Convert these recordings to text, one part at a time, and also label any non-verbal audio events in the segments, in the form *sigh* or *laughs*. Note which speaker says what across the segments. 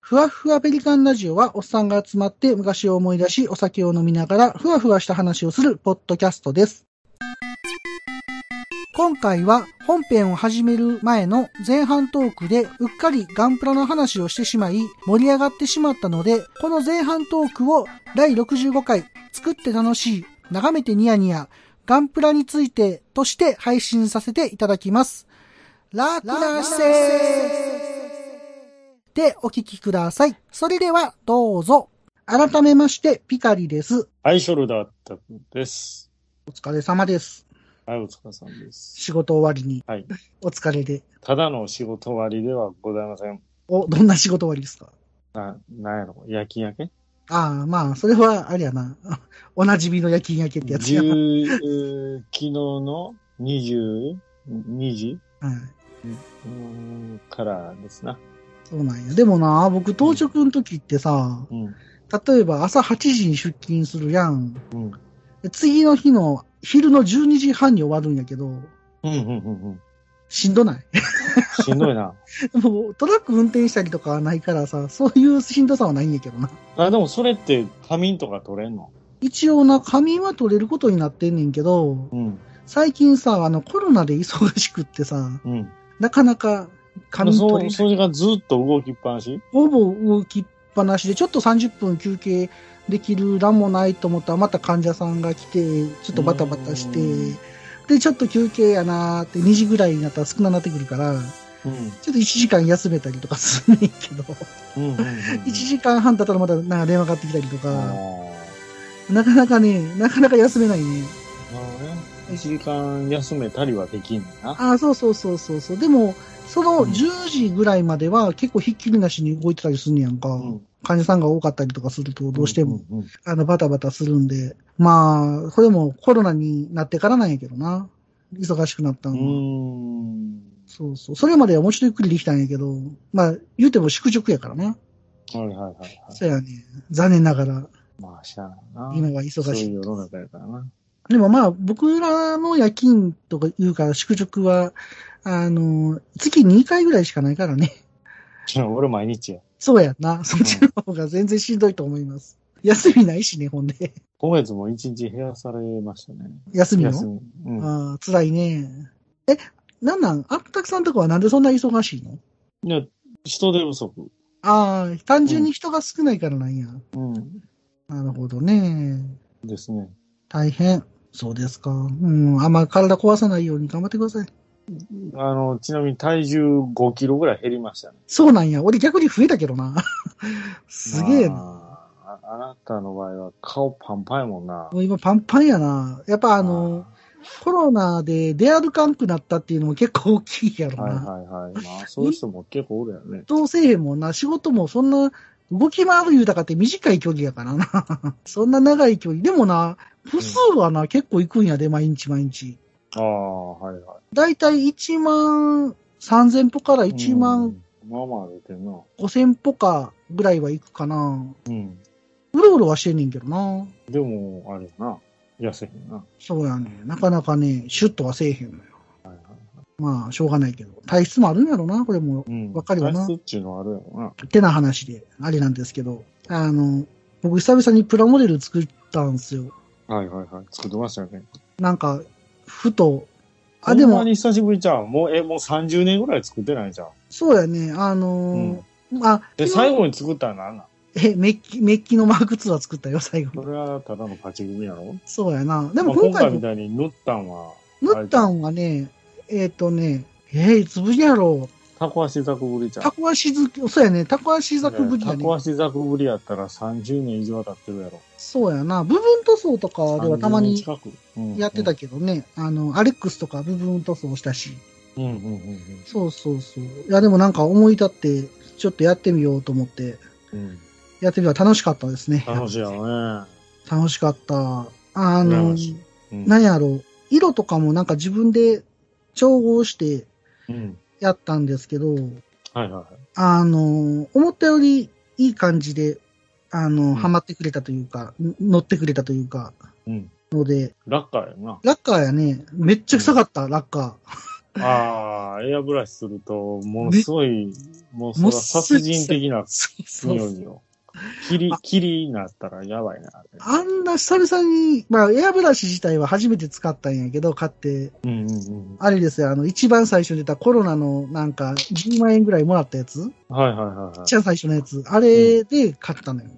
Speaker 1: ふわふわベリカンラジオは、おっさんが集まって昔を思い出し、お酒を飲みながら、ふわふわした話をするポッドキャストです。今回は、本編を始める前の前半トークで、うっかりガンプラの話をしてしまい、盛り上がってしまったので、この前半トークを第65回、作って楽しい、眺めてニヤニヤ、ガンプラについてとして配信させていただきます。楽な姿勢でお聞きください。それではどうぞ。改めまして、ピカリです。
Speaker 2: はい、ショルダーだったです。
Speaker 1: お疲れ様です。
Speaker 2: はい、お疲れ様です。
Speaker 1: 仕事終わりに。
Speaker 2: はい
Speaker 1: *laughs* お疲れで。
Speaker 2: ただの仕事終わりではございません。
Speaker 1: お、どんな仕事終わりですか
Speaker 2: な、なんやろ、夜勤明け
Speaker 1: ああ、まあ、それは、あれやな。 *laughs* おなじみの夜勤焼けってやつ
Speaker 2: 十
Speaker 1: やな。はい
Speaker 2: 昨日の22時うんからですな。
Speaker 1: そうなんや。でもな、僕当直の時ってさ、
Speaker 2: うん。
Speaker 1: 例えば朝8時に出勤するやん。
Speaker 2: うん。
Speaker 1: で次の日の昼の12時半に終わるんやけど、
Speaker 2: うん、うん、うん。うん
Speaker 1: しんどない *laughs*
Speaker 2: しんどいな。 *laughs*
Speaker 1: もうトラック運転したりとかはないからさ、そういうしんどさはないんやけどな。
Speaker 2: あ、でもそれって仮眠とか取れんの
Speaker 1: 一応な、仮眠は取れることになってんねんけど、
Speaker 2: うん、
Speaker 1: 最近さ、あのコロナで忙しくってさ、
Speaker 2: うん。
Speaker 1: なかなか仮眠
Speaker 2: そ
Speaker 1: 取れ
Speaker 2: う、
Speaker 1: ない。
Speaker 2: それがずっと動きっぱなし
Speaker 1: ほぼ動きっぱなしで、ちょっと30分休憩できる欄もないと思ったら、また患者さんが来て、ちょっとバタバタして
Speaker 2: うん、
Speaker 1: で、ちょっと休憩やなーって、2時ぐらいになったら少なくなってくるから、
Speaker 2: う
Speaker 1: ちょ
Speaker 2: ん。
Speaker 1: っと1時間休めたりとかすんねんけど、
Speaker 2: うん、うん。
Speaker 1: 1時間半経ったらまたなんか電話かかってきたりと
Speaker 2: 間。
Speaker 1: か、
Speaker 2: あ
Speaker 1: なかなかね、なかなか休めないね。
Speaker 2: ーなるほどね。1時間休めたりはできんねんな。
Speaker 1: ああ、そうそうそうそうそう。でも、その
Speaker 2: うん
Speaker 1: 10時ぐらいまでは結構ひっきりなしに動いてたりすんねやんか。
Speaker 2: うん
Speaker 1: 患者さんが多かったりとかするとどうしても、。
Speaker 2: んうん
Speaker 1: あの、バタバタするんで。まあ、これもコロナになってからなんやけどな。忙しくなった
Speaker 2: う
Speaker 1: のは、
Speaker 2: ん。う
Speaker 1: そうそう。それまではもうちょっとゆっくりできたんやけど、まあ、言うても宿直やからな。
Speaker 2: ーん。はいはいはい、はい。
Speaker 1: そうやね。残念ながら、
Speaker 2: まあ、しゃあないな。
Speaker 1: 今は忙
Speaker 2: そう
Speaker 1: し
Speaker 2: い。
Speaker 1: いう
Speaker 2: 世の中やからな。
Speaker 1: でもまあ、僕らの夜勤とかいうか、宿直は、あの、月2回ぐらいしかないからね。 *laughs*
Speaker 2: いや俺毎日や。
Speaker 1: そうやんな。そっちの方が全然しんどいと思います。休みないしね、ほんで。
Speaker 2: 今月も一日減らされましたね。
Speaker 1: 休み
Speaker 2: 休
Speaker 1: の。
Speaker 2: み。うん。
Speaker 1: ああ、辛いね。え、なんなんあったくさんとかはなんでそんな忙しいの
Speaker 2: いや、人手不足。
Speaker 1: ああ、単純に人が少ないからなんや。
Speaker 2: うん。
Speaker 1: なるほどね。
Speaker 2: ですね。
Speaker 1: 大変。そうですか。うん、あんま体壊さないように頑張ってください。
Speaker 2: あの、ちなみに体重5キロぐらい減りましたね。
Speaker 1: そうなんや。俺逆に増えたけどな。 *laughs* すげえな。
Speaker 2: な。ああなたの場合は顔パンパンやもんな
Speaker 1: も。う今パンパンやな。やっぱあの、コロナで出歩かんくなったっていうのも結構大きいやろ
Speaker 2: あー
Speaker 1: な。
Speaker 2: はいはいはい。まあ、そういう人も結構おるよね。
Speaker 1: どうせえへんもんな、仕事もそんな、動き回る言うたかって短い距離やからな。 *laughs* そんな長い距離。でもな、歩数はな、結構行くんやで、毎日毎日。
Speaker 2: ああ、はいは
Speaker 1: だいたい1万3000歩から
Speaker 2: い。
Speaker 1: 1万
Speaker 2: うん。まあまあ出てんな。
Speaker 1: 5000歩かぐらいは行くかな。
Speaker 2: うん。
Speaker 1: うろうろはしてんねんけどな。
Speaker 2: でも、あれやな。痩せへんな。
Speaker 1: そうやね。なかなかね、シュッとはせえへんのよ。まあ、しょうがないけど。体質もあるんやろな、これも。
Speaker 2: うん。
Speaker 1: わかるよな
Speaker 2: 体質っちゅうのはあるやろな。
Speaker 1: ってな話で、あれなんですけど。あの、僕久々にプラモデル作ったんすよ。
Speaker 2: はいはいはい。作ってましたよね。
Speaker 1: なんか、ふと、あ、
Speaker 2: あ、
Speaker 1: で
Speaker 2: でも。ほんま
Speaker 1: も、
Speaker 2: に久しぶりじゃん。もう、え、もう30年ぐらい作ってないじゃん。
Speaker 1: そうやね、あのーあ、
Speaker 2: で、最後に作ったら何なん
Speaker 1: え、メッキ、メッキのマーク2は作ったよ、最
Speaker 2: そ
Speaker 1: 後。
Speaker 2: れはただの勝ち組やろ
Speaker 1: そうやな。で
Speaker 2: で
Speaker 1: も
Speaker 2: 今
Speaker 1: 今
Speaker 2: 回
Speaker 1: 回
Speaker 2: み
Speaker 1: も、
Speaker 2: たいに塗ったんは、
Speaker 1: 塗ったんはね、えっ、とね、えー、いつぶりやろう。
Speaker 2: タコ足ザクぶりじゃん。
Speaker 1: タコ足ずき、そうやね、タコ足ザクぶりや
Speaker 2: タ
Speaker 1: ね。
Speaker 2: コ足ザクぶりやったら30年以上は経ってるやろ。
Speaker 1: そうやな。部分塗装とかではたま
Speaker 2: 30年
Speaker 1: に
Speaker 2: 近くうん
Speaker 1: やってたけどね、あの、アレックスとか部分塗装したし。
Speaker 2: うんうんうんうん
Speaker 1: そうそうそう。いや、でもなんか思い立って、ちょっとやってみようと思って、
Speaker 2: うん。うん
Speaker 1: やってみたら楽しかったですね。
Speaker 2: 楽しいや
Speaker 1: *laughs*
Speaker 2: ろね。
Speaker 1: 楽しかった。あ
Speaker 2: 羨
Speaker 1: の
Speaker 2: ましい、うん
Speaker 1: なんやろう、色とかもなんか自分で調合して
Speaker 2: うん。
Speaker 1: やったんですけど、
Speaker 2: はいはいはい。
Speaker 1: あの、思ったよりいい感じで、あの、
Speaker 2: ん
Speaker 1: ハマってくれたというか、ん乗ってくれたというか、
Speaker 2: うん。
Speaker 1: ので、
Speaker 2: ラッカーやな。
Speaker 1: ラッカーやね、めっちゃ臭かった、ラッカ
Speaker 2: ああ、エアブラシすると、ものすごい、もうそれは殺人的な
Speaker 3: そうそう
Speaker 2: 匂いを。霧、霧になったらやばいな。
Speaker 1: あんな久々に、まあ、エアブラシ自体は初めて使ったんやけど、買って、
Speaker 2: うんうんうん。
Speaker 1: あれですよ、あの、一番最初に出たコロナのなんか、10万円ぐらいもらったやつ
Speaker 2: はいはいはい、はい
Speaker 1: 一番最初のやつ。あれで買ったのよ。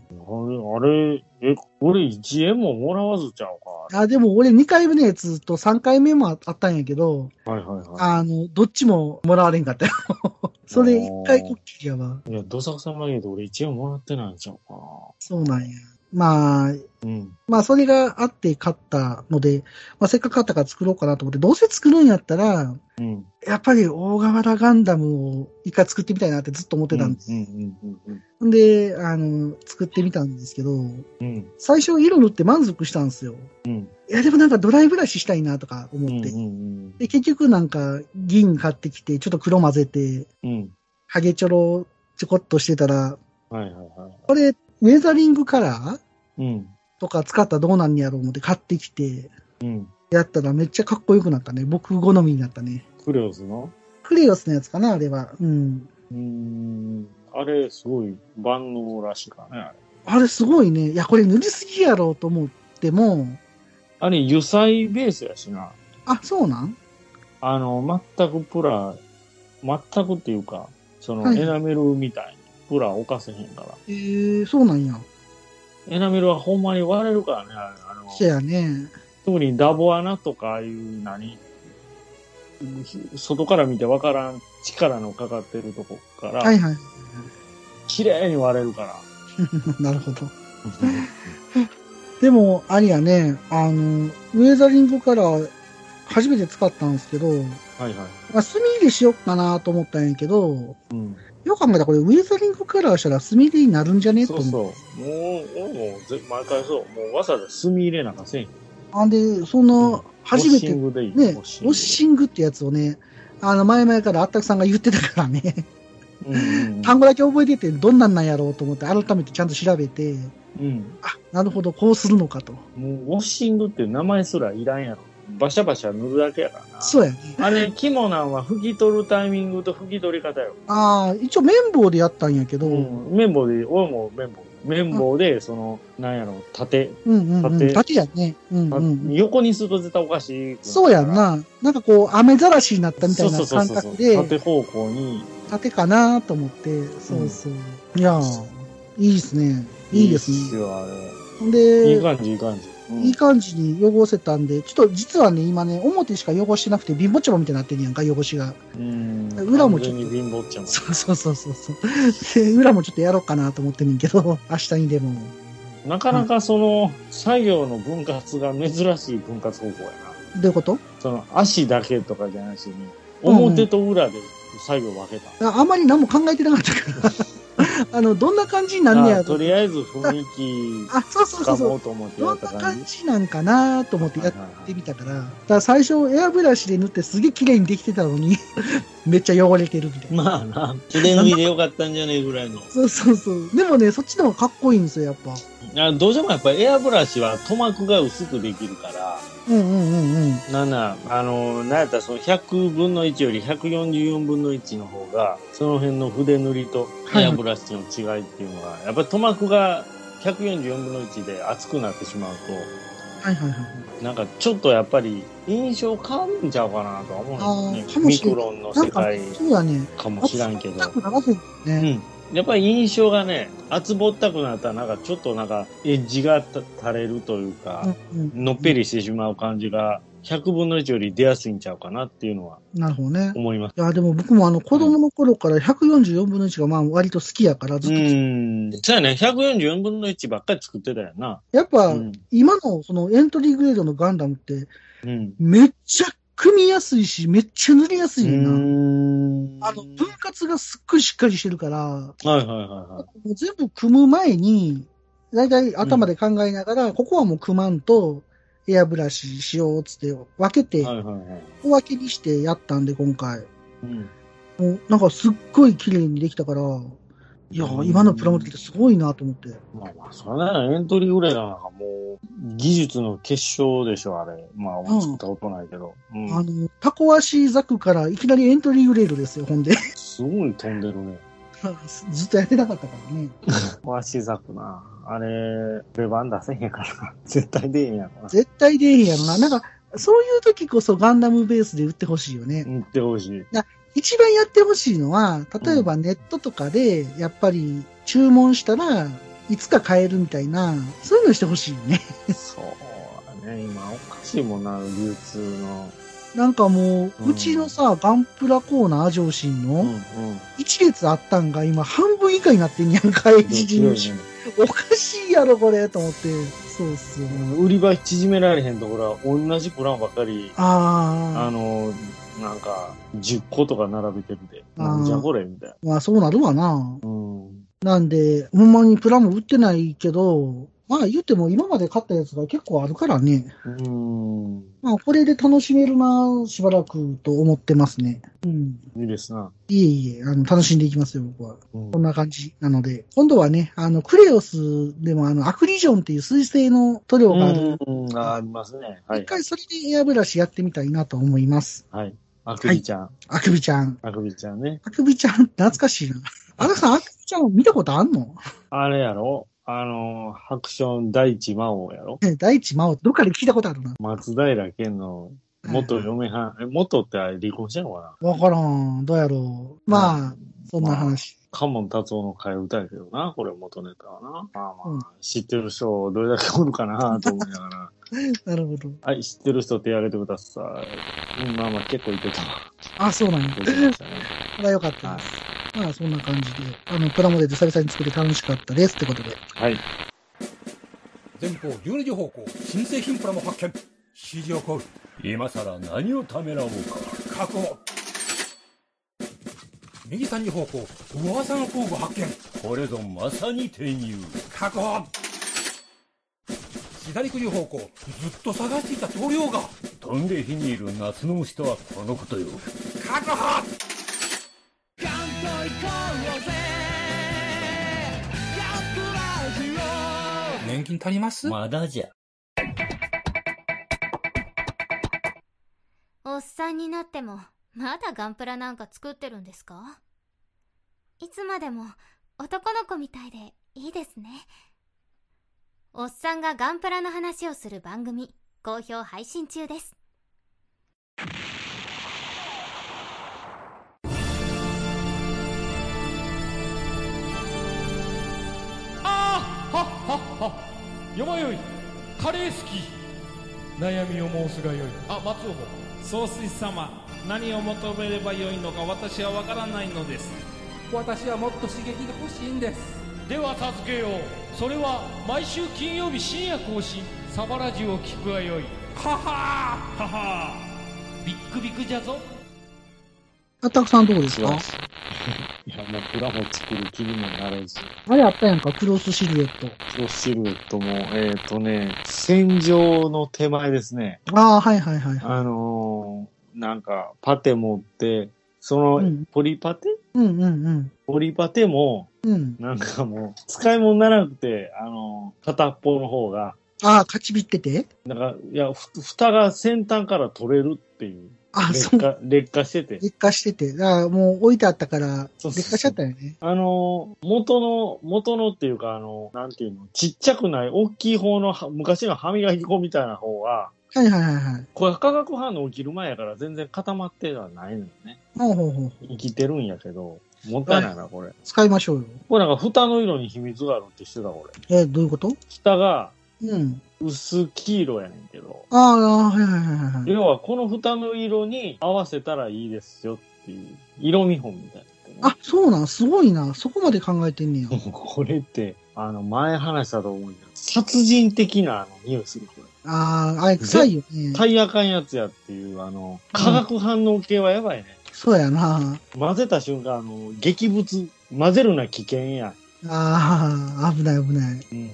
Speaker 2: あれ、あれ、え、俺1円ももらわずちゃうか。
Speaker 1: あ、でも俺2回目のやつと3回目もああったんやけど、
Speaker 2: はいはいは
Speaker 1: あの、どっちももらわれんかったよ。 *laughs* それ1回こっきりやわ。
Speaker 2: い。いや、どさくさま言うと俺1円もらってないんちゃうか。
Speaker 1: そうなんや。まあ、
Speaker 2: うん。
Speaker 1: まあそれがあって買ったので、まあせっかく買ったから作ろうかなと思って、どうせ作るんやったら、
Speaker 2: うん。
Speaker 1: やっぱり大河原ガンダムを一回作ってみたいなってずっと思ってたんです。
Speaker 2: うんうんうんうん
Speaker 1: ん、で、あの、作ってみたんですけど、
Speaker 2: うん。
Speaker 1: 最初色塗って満足したんですよ。
Speaker 2: うん。
Speaker 1: いやでもなんかドライブラシしたいなとか
Speaker 2: うん。
Speaker 1: 思って。
Speaker 2: うん。
Speaker 1: で、結局なんか銀買ってきて、ちょっと黒混ぜて、
Speaker 2: うん。
Speaker 1: ハゲチョロちょこっとしてたら、
Speaker 2: はいはいはい。
Speaker 1: これ、ウェザリングカラー
Speaker 2: うん。
Speaker 1: とか使ったらどうなんやろう思って買ってきて、
Speaker 2: うん。
Speaker 1: やったらめっちゃかっこよくなったね。僕好みになったね。
Speaker 2: クレオスの
Speaker 1: クレオスのやつかな、あれは。うん。
Speaker 2: うーん。あれ、すごい万能らしいからね、あれ。
Speaker 1: あれすごいね。いや、これ塗りすぎやろうと思っても、
Speaker 2: あれ、油彩ベースやしな。
Speaker 1: あ、そうなん
Speaker 2: あの、全くプラ、全くっていうか、その、
Speaker 1: はい
Speaker 2: エナメルみたいに、プラ置かせへんから。
Speaker 1: えー、そうなんや。
Speaker 2: エナメルはほんまに割れるからね、あれあの、
Speaker 1: せやね。
Speaker 2: 特にダボ穴とかああいう何、外から見てわからん力のかかってるとこから、
Speaker 1: はいはい。 *laughs*
Speaker 2: 綺麗に割れるから。
Speaker 1: なるほど。でも、ありやね、あの、ウェザリングカラー、初めて使ったんですけど、
Speaker 2: はいはい。
Speaker 1: まあ、墨入れしようかなと思ったんやけど、
Speaker 2: うん、
Speaker 1: よく考えたらこれウェザリングカラーしたら墨入れになるんじゃねと
Speaker 2: そう
Speaker 1: 思って。
Speaker 2: そう。もう、俺もぜ毎回そう。もうわざわざ墨入れなんかせんよ。
Speaker 1: あんで、その、初めて
Speaker 2: ウォッシングでいい。
Speaker 1: ね、ウ
Speaker 2: ウォ
Speaker 1: ォ
Speaker 2: ッシングで
Speaker 1: ッシングってやつをね、あの、前々からあったくさんが言ってたからね、
Speaker 2: うんうんうん
Speaker 1: 単語だけ覚えてて、どんなんなんやろうと思って、改めてちゃんと調べて、
Speaker 2: うん。
Speaker 1: あ、なるほど、こうするのかと。
Speaker 2: もう、ウォッシングって名前すらいらんやろ。バシャバシャ塗るだけやからな。
Speaker 1: そうやね。
Speaker 2: あれ、肝なんは拭き取るタイミングと拭き取り方よ。
Speaker 1: ああ、一応綿棒でやったんやけど、うん、
Speaker 2: うん、綿棒で、俺も綿棒。綿棒で、その、なんやろ、縦。
Speaker 1: うんうん。
Speaker 2: 縦
Speaker 1: 縦やね。うんうん。
Speaker 2: 横にすると絶対おかしい。
Speaker 1: そうやん。な。なんかこう、雨ざらしになったみた
Speaker 2: そう
Speaker 1: い
Speaker 2: そう
Speaker 1: な
Speaker 2: そう
Speaker 1: 感
Speaker 2: そう
Speaker 1: 覚。で、
Speaker 2: 縦方向に。
Speaker 1: 縦かなと思って、そうそう。いやーいいですね。いいです
Speaker 2: いいっす
Speaker 1: ね。
Speaker 2: よ、あ
Speaker 1: ほん
Speaker 2: れ。い
Speaker 1: で
Speaker 2: い、感じ、いい感じ。うん
Speaker 1: いい感じに汚せたんで、ちょっと実はね、今ね、表しか汚してなくて、貧乏ちゃまみたいになってるやんか、汚しが。
Speaker 2: うん。
Speaker 1: 裏もちょっと
Speaker 2: 完全に貧乏っちゃうもん。
Speaker 1: そうそうそうそうそう。で、裏もちょっとやろうかなと思ってんねんけど、 *laughs* 明日にでも。
Speaker 2: なかなかその、作業の分割が珍しい分割方法や
Speaker 1: ど
Speaker 2: な。
Speaker 1: ういうこと
Speaker 2: その足だけとかじゃなしに、
Speaker 1: うんうん
Speaker 2: 表と裏で作業分けた。
Speaker 1: ああんまり何も考えてなかったから。あ *laughs* の、どんな感じになんねや
Speaker 2: あと
Speaker 1: と。
Speaker 2: りあえず雰囲気
Speaker 1: あ、 *laughs* そうそうそう
Speaker 2: 掴
Speaker 1: そ
Speaker 2: も
Speaker 1: う。
Speaker 2: うと思ってや
Speaker 1: ど
Speaker 2: っ
Speaker 1: ん
Speaker 2: た
Speaker 1: な
Speaker 2: 感
Speaker 1: 感
Speaker 2: じ。
Speaker 1: じなんかなと思ってやっ
Speaker 2: はいはい
Speaker 1: てみたから。だから最初エアブラシで塗ってすげえ綺麗にできてたのに、 *laughs* めっちゃ汚れてるみたいな。
Speaker 2: まあな、手で脱いでよかったんじゃねえぐらいの。
Speaker 1: そうそうそう。でもね、そっちの方がかっこいいんですよ、やっぱ。
Speaker 2: あどうしてもやっぱエアブラシは塗膜が薄くできるから、
Speaker 1: うんうんうんうん。
Speaker 2: なんなん、あの、なんやったらその100分の1より144分の1の方が、その辺の筆塗りと
Speaker 1: はい
Speaker 2: エアブラシの違いっていうのは、やっぱり塗膜が144分の1で厚くなってしまう
Speaker 1: はいはいはい。
Speaker 2: と、なんかちょっとやっぱり印象変わるんちゃうかなとは思
Speaker 1: あ
Speaker 2: うんです
Speaker 1: ーか
Speaker 2: よね。
Speaker 1: も
Speaker 2: ミ
Speaker 1: しれん
Speaker 2: クロンの
Speaker 1: な
Speaker 2: 世
Speaker 1: んか
Speaker 2: 界、
Speaker 1: そうやね。
Speaker 2: かもしらんけど
Speaker 1: 熱。くならずに
Speaker 2: う
Speaker 1: ね。
Speaker 2: ん。やっぱり印象がね、厚ぼったくなったらなんかちょっとなんかエッジが垂れるというか、
Speaker 1: うんうん
Speaker 2: のっぺりしてしまう感じが、100分の1より出やすいんちゃうかなっていうのは
Speaker 1: なるほどね。
Speaker 2: 思います。
Speaker 1: いや、でも僕もあの子供の頃から144分の1がまあ割と好きやから、
Speaker 2: う
Speaker 1: ずっと、
Speaker 2: ん。そうやね。144分の1ばっかり作ってたよな。
Speaker 1: やっぱ
Speaker 2: うん。
Speaker 1: 今のそのエントリーグレードのガンダムって
Speaker 2: うん。
Speaker 1: めっちゃ組みやすいし、めっちゃ塗りやすいよな。
Speaker 2: ん
Speaker 1: あの、分割がすっごいしっかりしてるから、も
Speaker 2: はいはいはいは
Speaker 1: う全部組む前に、だいたい頭で考えながら、ここはもう組まんと、エアブラシしようっつって分けて、
Speaker 2: い。はいはいはい。
Speaker 1: 小分けにしてやったんで今回。
Speaker 2: うん。
Speaker 1: もうなんかすっごい綺麗にできたから、いや、今のプラモデルってすごいなと思って。
Speaker 2: まあまあ、そんなのエントリーぐらいなんかもう、技術の結晶でしょ、あれ。まあ、俺作ったことないけど。うん。
Speaker 1: あの、タコ足ザクからいきなりエントリーグレードですよ、ほんで。 *laughs*
Speaker 2: すごい飛んでるね。
Speaker 1: ずっとやってなかったからね。
Speaker 2: わしざくな。あれ、出番出せへんから。絶対出えへんやから。
Speaker 1: 絶対出えへんやろな。なんか、そういう時こそガンダムベースで売ってほしいよね。
Speaker 2: 言ってほしい。
Speaker 1: 一番やってほしいのは、例えばネットとかで、やっぱり注文したらいつか買えるみたいな、そういうのしてほしいよね。 *laughs*
Speaker 2: そうだね。今、おかしいもんな、流通の。
Speaker 1: なんかも
Speaker 2: うん
Speaker 1: う、うちのさ、ガンプラコーナー上進
Speaker 2: うん
Speaker 1: の、
Speaker 2: うん。
Speaker 1: 一列あったんが今半分以下になってんやんか、エジ人種。おかしいやろ、これ、と思って。そうっすよ。
Speaker 2: 売り場縮められへんところは、同じプランばっかり、あ
Speaker 1: あ
Speaker 2: の、なんか、10個とか並べてるで。
Speaker 1: あー
Speaker 2: なんじゃこれみたいな。
Speaker 1: あ、まあそうなるわな。
Speaker 2: うん。
Speaker 1: なんで、ほんまにプラも売ってないけど、まあ言っても今まで買ったやつが結構あるからね。
Speaker 2: うん。
Speaker 1: まあこれで楽しめるな、しばらくと思ってますね。うん。
Speaker 2: いいですな。
Speaker 1: いえいえ、あの、楽しんでいきますよ、僕は。
Speaker 2: うん
Speaker 1: こんな感じなので。今度はね、あの、クレオスでもあの、アクリジョンっていう水性の塗料がある。
Speaker 2: うんうんあありますね。は
Speaker 1: 一
Speaker 2: い。
Speaker 1: 回それでエアブラシやってみたいなと思います。
Speaker 2: はい。あくびちゃん。
Speaker 1: あくびちゃん。
Speaker 2: あくびちゃんね。
Speaker 1: あくびちゃん、懐かしい
Speaker 2: *laughs*
Speaker 1: な。あなさん、あくびちゃん見たことあんの *laughs*
Speaker 2: あれやろあの、ハクション第一魔王やろ
Speaker 1: ね大地真央、どっかで聞いたことあるな。
Speaker 2: 松平健の元嫁はん、え、元ってあれ離婚してんのかな
Speaker 1: わからん。どうやろう。まあ、そんな話。
Speaker 2: カモン達夫の替え歌やけどな、これ元ネタはな。まあ
Speaker 1: う
Speaker 2: ま
Speaker 1: ん
Speaker 2: あ、知ってる人どれだけおるかなと思いなが
Speaker 1: *laughs*
Speaker 2: ら。
Speaker 1: なるほど。
Speaker 2: はい、知ってる人手挙げてください。うん、まあまあ結構いてたわ。
Speaker 1: あ、そうなんや。
Speaker 2: 出てましたね。
Speaker 1: それはよかったです。まあ、そんな感じで、あの、プラモデル久々に作って楽しかったですってことで。
Speaker 2: はい。
Speaker 3: 前方12時方向新製品プラも発見指示をコール
Speaker 4: 今さら何をためらおうか
Speaker 3: 確保右3時方向噂の工具発見
Speaker 4: これぞまさに転入
Speaker 3: 確保左9時方向ずっと探していた塗料が
Speaker 4: 飛んで火にいる夏の虫とはこのことよ
Speaker 3: 確保年金足ります
Speaker 4: まだじゃ
Speaker 5: おっさんになっても、まだガンプラなんか作ってるんですかいつまでも男の子みたいでいいですね。おっさんがガンプラの話をする番組、好評配信中です。
Speaker 6: あーはっはっはよまよいカレー好き悩みを申すがよいあ松尾も
Speaker 7: 総帥様何を求めればよいのか私は分からないのです
Speaker 6: 私はもっと刺激が欲しいんですでは助けようそれは毎週金曜日深夜更新サバラジュを聞くがよいははははビックビックじゃぞ
Speaker 1: あったくさんどうです
Speaker 2: 素晴
Speaker 1: から
Speaker 2: し *laughs* い。いや、もうプラモ作る気にもなれず。
Speaker 1: あれあったやんか、クロスシルエット。
Speaker 2: クロスシルエットも、えっ、とね、戦場の手前ですね。
Speaker 1: ああ、はいはいはいはい。
Speaker 2: あのーなんか、パテ持って、そうの
Speaker 1: ん、
Speaker 2: ポリパテ、
Speaker 1: うんうんうん。
Speaker 2: ポリパテも、
Speaker 1: うん。
Speaker 2: なんかもう、使い物にならなくて、あのー片っぽの方が、
Speaker 1: ああ、勝ちびってて
Speaker 2: なんか、いや、ふ蓋が先端から取れるっていう。
Speaker 1: ああ、そ
Speaker 2: 劣
Speaker 1: う。
Speaker 2: 化、劣化してて。
Speaker 1: 劣化してて。ああ、もう置いてあったから、
Speaker 2: そうそうそう
Speaker 1: 劣化しちゃったよね。
Speaker 2: あのー元の、元のっていうか、あのーなんていうの、ちっちゃくない、大きい方のは、昔の歯磨き粉みたいな方は、
Speaker 1: はいはいはいはい。
Speaker 2: これ化学反応起きる前やから全然固まってはないのよね。
Speaker 1: ほうほうほう。
Speaker 2: 生きてるんやけど、もったいないな、これ。
Speaker 1: 使いましょうよ。
Speaker 2: これなんか蓋の色に秘密があるってしてた、これ。
Speaker 1: え、どういうこと
Speaker 2: 蓋が
Speaker 1: うん。
Speaker 2: 薄黄色やねんけど、
Speaker 1: ああ、はいはいはいはいはい。
Speaker 2: 要はこの蓋の色に合わせたらいいですよっていう、色見本みたいな、
Speaker 1: あ、そうなん、すごいな。そこまで考えてんねや。
Speaker 2: これって、あの、前話したと思うんだけど、殺人的なあの匂いする、これ。
Speaker 1: ああ、あれ臭いよね。
Speaker 2: タイヤ感やつやっていう、あの、化学反応系はやばいね。
Speaker 1: そうやな。
Speaker 2: 混ぜた瞬間、あの、劇物、混ぜるな危険や。
Speaker 1: ああ、危ない危ない。
Speaker 2: うん。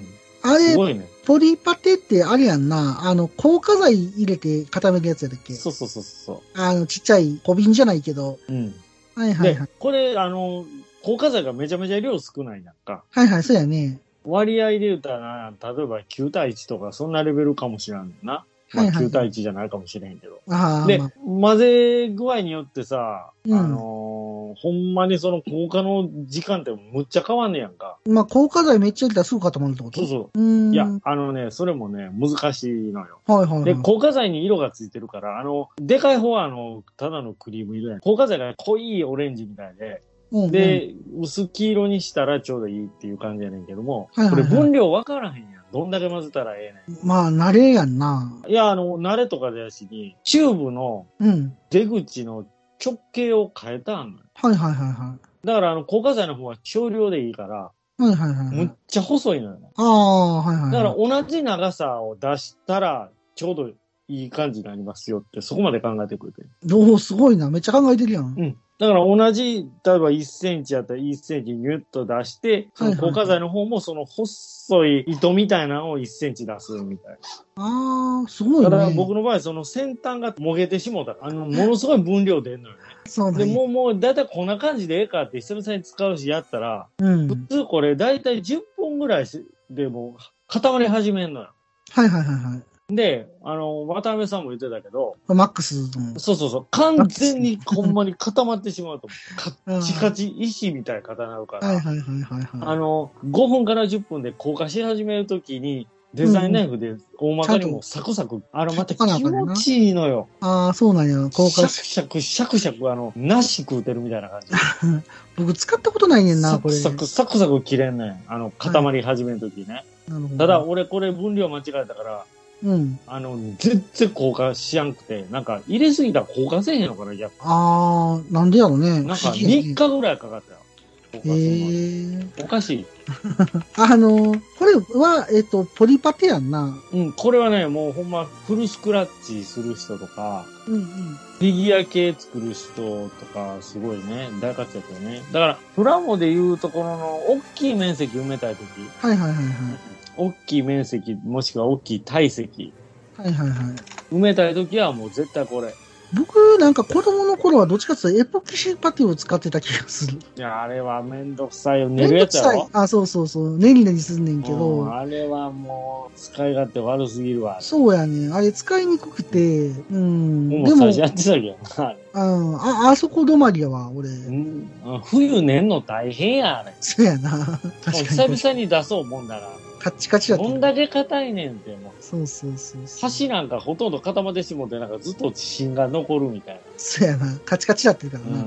Speaker 1: あ
Speaker 2: す
Speaker 1: れ、
Speaker 2: ごいね。
Speaker 1: ポリパテってあれやんな。あの、硬化剤入れて固めるやつやったっけ
Speaker 2: そうそうそうそ
Speaker 1: あの、ちっちゃい小瓶じゃないけど。
Speaker 2: う。うん。
Speaker 1: はいはい
Speaker 2: で
Speaker 1: はい。、
Speaker 2: これ、あの、硬化剤がめちゃめちゃ量少ないやんか。
Speaker 1: はいはい、そうやね。
Speaker 2: 割合で言うたらな、例えば9対1とかそんなレベルかもしらんな。まあ
Speaker 1: はいはい
Speaker 2: 9対1じゃないかもしれへんけど。
Speaker 1: ああ、
Speaker 2: で
Speaker 1: まあ、
Speaker 2: 混ぜ具合によってさ、
Speaker 1: うん
Speaker 2: あのーほんまにその硬化の時間ってむっちゃ変わんねやんか。
Speaker 1: まあ、硬化剤めっちゃ入れたらすぐ固まるってこと。
Speaker 2: そうそう
Speaker 1: ー
Speaker 2: う。
Speaker 1: ん。
Speaker 2: いや、あのね、それもね、難しいのよ。
Speaker 1: はいはい、はい。
Speaker 2: で、硬化剤に色がついてるから、あの、でかい方はあの、ただのクリーム色やん。硬化剤が濃いオレンジみたいで、
Speaker 1: うんうん、
Speaker 2: で、薄黄色にしたらちょうどいいっていう感じやねんけども、
Speaker 1: はい
Speaker 2: こ
Speaker 1: はいは
Speaker 2: れ
Speaker 1: い
Speaker 2: 分量分からへんやん。どんだけ混ぜたらええね
Speaker 1: まあ、慣れやんな。
Speaker 2: ん。いや、あの、慣れとかでやしに、チューブの
Speaker 1: うん。
Speaker 2: 出口の直径を変えたんのよ。
Speaker 1: はいはいはいは
Speaker 2: だから、あの、硬化剤の方は少量でいいから、
Speaker 1: い。はいはいはいは
Speaker 2: むっ
Speaker 1: い。
Speaker 2: ちゃ細いのよね。
Speaker 1: ああ、はいはいはい。
Speaker 2: だから、同じ長さを出したら、ちょうどいい感じになりますよって、そこまで考えてくれてる。
Speaker 1: おお、すごいな。めっちゃ考えてるやん。
Speaker 2: うん。だから同じ、例えば1センチやったら1センチギュッと出して、そ
Speaker 1: はいは
Speaker 2: の
Speaker 1: い
Speaker 2: 硬化剤の方もその細い糸みたいなのを1センチ出すみたい
Speaker 1: ああ、すごい
Speaker 2: な。
Speaker 1: ね。
Speaker 2: ただ僕の場合、その先端がもげてしもうた。あの、ものすごい分量出んのよね。
Speaker 1: そうだ
Speaker 2: で、
Speaker 1: ね。
Speaker 2: もう、もう、だいたいこんな感じでええかって久々に使うし、やったら、
Speaker 1: うん。
Speaker 2: 普通これだいたい10本ぐらいしでもう固まり始めんのよ。
Speaker 1: はいはいはいはい。
Speaker 2: で、あの、渡辺さんも言ってたけど、
Speaker 1: マックスの。
Speaker 2: そうそうそう、完全にほんまに固まってしまうと思う。カッチカチ、石みたいな固なるから。
Speaker 1: はいはいはいはい
Speaker 2: あ
Speaker 1: は
Speaker 2: の、5分から10分で硬化し始めるときに、デザインナイフで大まかにもサクサク、あの、また気持ちいいのよ。
Speaker 1: い。ああ、そうなんや。
Speaker 2: シ
Speaker 1: 効
Speaker 2: ャ
Speaker 1: 果
Speaker 2: ク、シャク、シャクシャク、あの、なし食うてるみたいな感じ。
Speaker 1: 僕使ったことないねんな、
Speaker 2: サ
Speaker 1: こ
Speaker 2: ク
Speaker 1: れ。
Speaker 2: サク、サクサク切れんねん。あの、固まり始めるときね。
Speaker 1: なるほど。
Speaker 2: ただ、、俺これ分量間違えたから、
Speaker 1: うん。
Speaker 2: あの、全然硬化しやんくて、なんか入れすぎたら硬化せえへんのかな、やっ
Speaker 1: ああ、なんでやろうね。
Speaker 2: ぱ。なん
Speaker 1: 不
Speaker 2: か
Speaker 1: 思議や
Speaker 2: 3
Speaker 1: ね
Speaker 2: 日ぐらいかかったよ。硬化するのに
Speaker 1: へえ。
Speaker 2: おかしい。
Speaker 1: あのー、これは、えっと、ポリパテやんな。
Speaker 2: うん、これはね、もうほんまフルスクラッチする人とか、
Speaker 1: うんうん。
Speaker 2: フィギュア系作る人とか、すごいね、大活躍よね。だから、プラモでいうところの、大きい面積埋めたいとき、
Speaker 1: はいはいはいはい。
Speaker 2: 大きい面積、もしくは大きい体積、
Speaker 1: はいはいはい。
Speaker 2: 埋めたいときはもう絶対これ。
Speaker 1: 僕、なんか子供の頃はどっちかっていうとエポキシパテを使ってた気がする。
Speaker 2: いや、あれはめんどくさいよ。
Speaker 1: め
Speaker 2: 寝
Speaker 1: んど
Speaker 2: るや
Speaker 1: く
Speaker 2: つや
Speaker 1: さい
Speaker 2: ろ。
Speaker 1: あ、そうそうそう。ネギネギすんねんけ
Speaker 2: うん
Speaker 1: ど。
Speaker 2: あれはもう、使い勝手悪すぎるわ。
Speaker 1: そうやね。あれ使いにくくて。うん。
Speaker 2: も
Speaker 1: でも
Speaker 2: う最初、やってたけどな。あれ
Speaker 1: うんあ、あそこ止まりやわ、俺。
Speaker 2: うんあ冬寝んの大変や、あれ。
Speaker 1: そうやな。
Speaker 2: もう
Speaker 1: 確かに。
Speaker 2: 久々に出そうもんだら。
Speaker 1: カッチカチやっ
Speaker 2: どん
Speaker 1: た。
Speaker 2: だけ硬いねんって、もう。
Speaker 1: そうそうそうそう。
Speaker 2: 橋なんかほとんど固まってしもて、なんかずっと芯が残るみたい
Speaker 1: そうやな。カチカチやってるから
Speaker 2: な。
Speaker 1: な。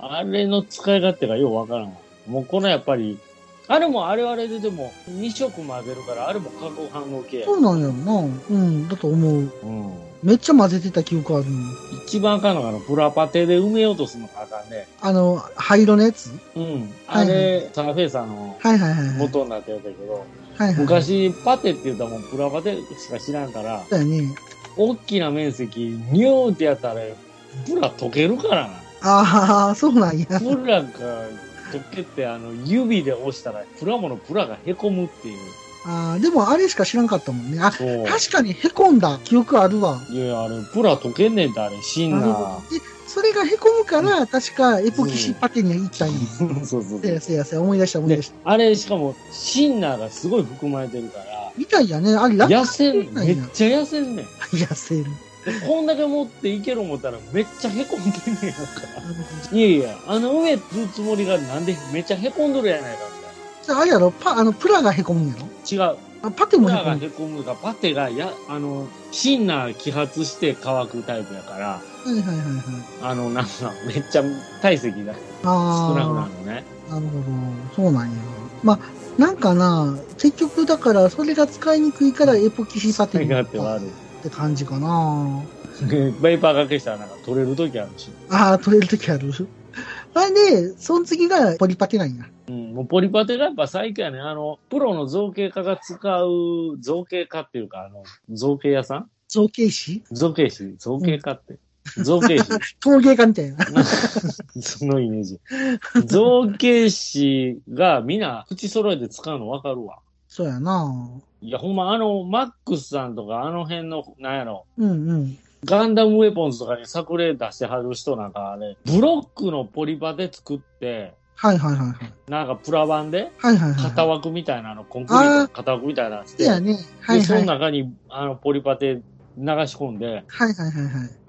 Speaker 2: あれの使い勝手がようわからんわ。もうこのやっぱり、あれもあれはあれででも2色混ぜるから、あれも化学反応系や
Speaker 1: そ。うなんやろな。うん、だと思う。
Speaker 2: うん。
Speaker 1: めっちゃ混ぜてた記憶あるもん
Speaker 2: 一番あかんのがあの、プラパテで埋めようとするのがあかんね。
Speaker 1: あの、灰色のやつ
Speaker 2: うん。あれ、サーフェイサーの
Speaker 1: はいはいはいはい。
Speaker 2: 元になってやったけど、
Speaker 1: はいはい。
Speaker 2: 昔パテって言ったらもうプラパテしか知らんから、
Speaker 1: だよね。
Speaker 2: 大きな面積、ニューってやったら、プラ溶けるからな。
Speaker 1: ああ、そうなんや。
Speaker 2: プラが溶けて、あの、指で押したら、プラモのプラがへこむっていう。
Speaker 1: あーでもあれしか知らんかったもんね。あ、
Speaker 2: そう。
Speaker 1: 確かに凹んだ記憶あるわ。
Speaker 2: いや、あれ、プラ溶けんねんって、あれ、シン
Speaker 1: なる
Speaker 2: ナ
Speaker 1: ほど。で、それが凹むから、確かエポキシパテには行ったんや。
Speaker 2: ー。そうそう
Speaker 1: せ
Speaker 2: そう
Speaker 1: や。せやせや、思い出した思い
Speaker 2: で
Speaker 1: 出した。、
Speaker 2: あれ、しかも、シンナーがすごい含まれてるから、
Speaker 1: みたいやね。あれ、楽
Speaker 2: 痩せん、
Speaker 1: なん
Speaker 2: め
Speaker 1: や
Speaker 2: っちゃ痩せんねん。
Speaker 1: 痩せる。
Speaker 2: で *laughs* こんだけ持っていける思ったら、めっちゃへこんでんねんやん
Speaker 1: な
Speaker 2: か。
Speaker 1: るほど
Speaker 2: いやいや、あの上つうつもりがなんでめっちゃへこんどるやないかみ
Speaker 1: じ
Speaker 2: たいな。
Speaker 1: ゃあ、あれやろ、パ、あの、プラが凹むんやろ
Speaker 2: 違う。
Speaker 1: あ、パテ
Speaker 2: プ
Speaker 1: も
Speaker 2: ラが
Speaker 1: 凹む。
Speaker 2: へこむが、パテが、や、あの、シンナー揮発して乾くタイプやから、
Speaker 1: はいはいはいはい。
Speaker 2: あの、なんか、めっちゃ体積が
Speaker 1: あ
Speaker 2: 少
Speaker 1: あ。
Speaker 2: なくなるのね。
Speaker 1: なるほど。そうなんや。まあ、なんかな、結局だから、それが使いにくいからエポキシパ
Speaker 2: 使
Speaker 1: テ
Speaker 2: い
Speaker 1: に
Speaker 2: *laughs*
Speaker 1: な
Speaker 2: 勝
Speaker 1: っ
Speaker 2: 手
Speaker 1: たっ
Speaker 2: はある。
Speaker 1: て感じかな。
Speaker 2: でベイパーかけしたらなんか取れる時あるし。
Speaker 1: ああ、取れるときある。 *laughs* あれで、その次がポリパテなんや。
Speaker 2: うん、もうポリパテがやっぱ最強やね。あの、プロの造形家が使う、造形家っていうか、あの、造形屋さん
Speaker 1: 造形師
Speaker 2: 造形師造形家って。造形
Speaker 1: *laughs*
Speaker 2: 師
Speaker 1: 陶芸家みたいな。
Speaker 2: そのイメージ。造形師がみんな口揃えて使うのわかるわ。
Speaker 1: そうやな。
Speaker 2: いや、ほんま、あの、マックスさんとか、あの辺の、なんやろ、
Speaker 1: うんうん。
Speaker 2: ガンダムウェポンズとかに作例出してはる人なんか、あれ、ブロックのポリパテ作って、
Speaker 1: はいはいはいはい。
Speaker 2: なんかプラ板で、
Speaker 1: はいはいはい。
Speaker 2: 型枠みたいなの、コンクリート
Speaker 1: あー
Speaker 2: の型枠みたいなのし
Speaker 1: で
Speaker 2: て、
Speaker 1: やね。はい
Speaker 2: で、そ
Speaker 1: は
Speaker 2: の
Speaker 1: い。はい
Speaker 2: 中に、あの、ポリパテ流し込んで、
Speaker 1: はいはいはい。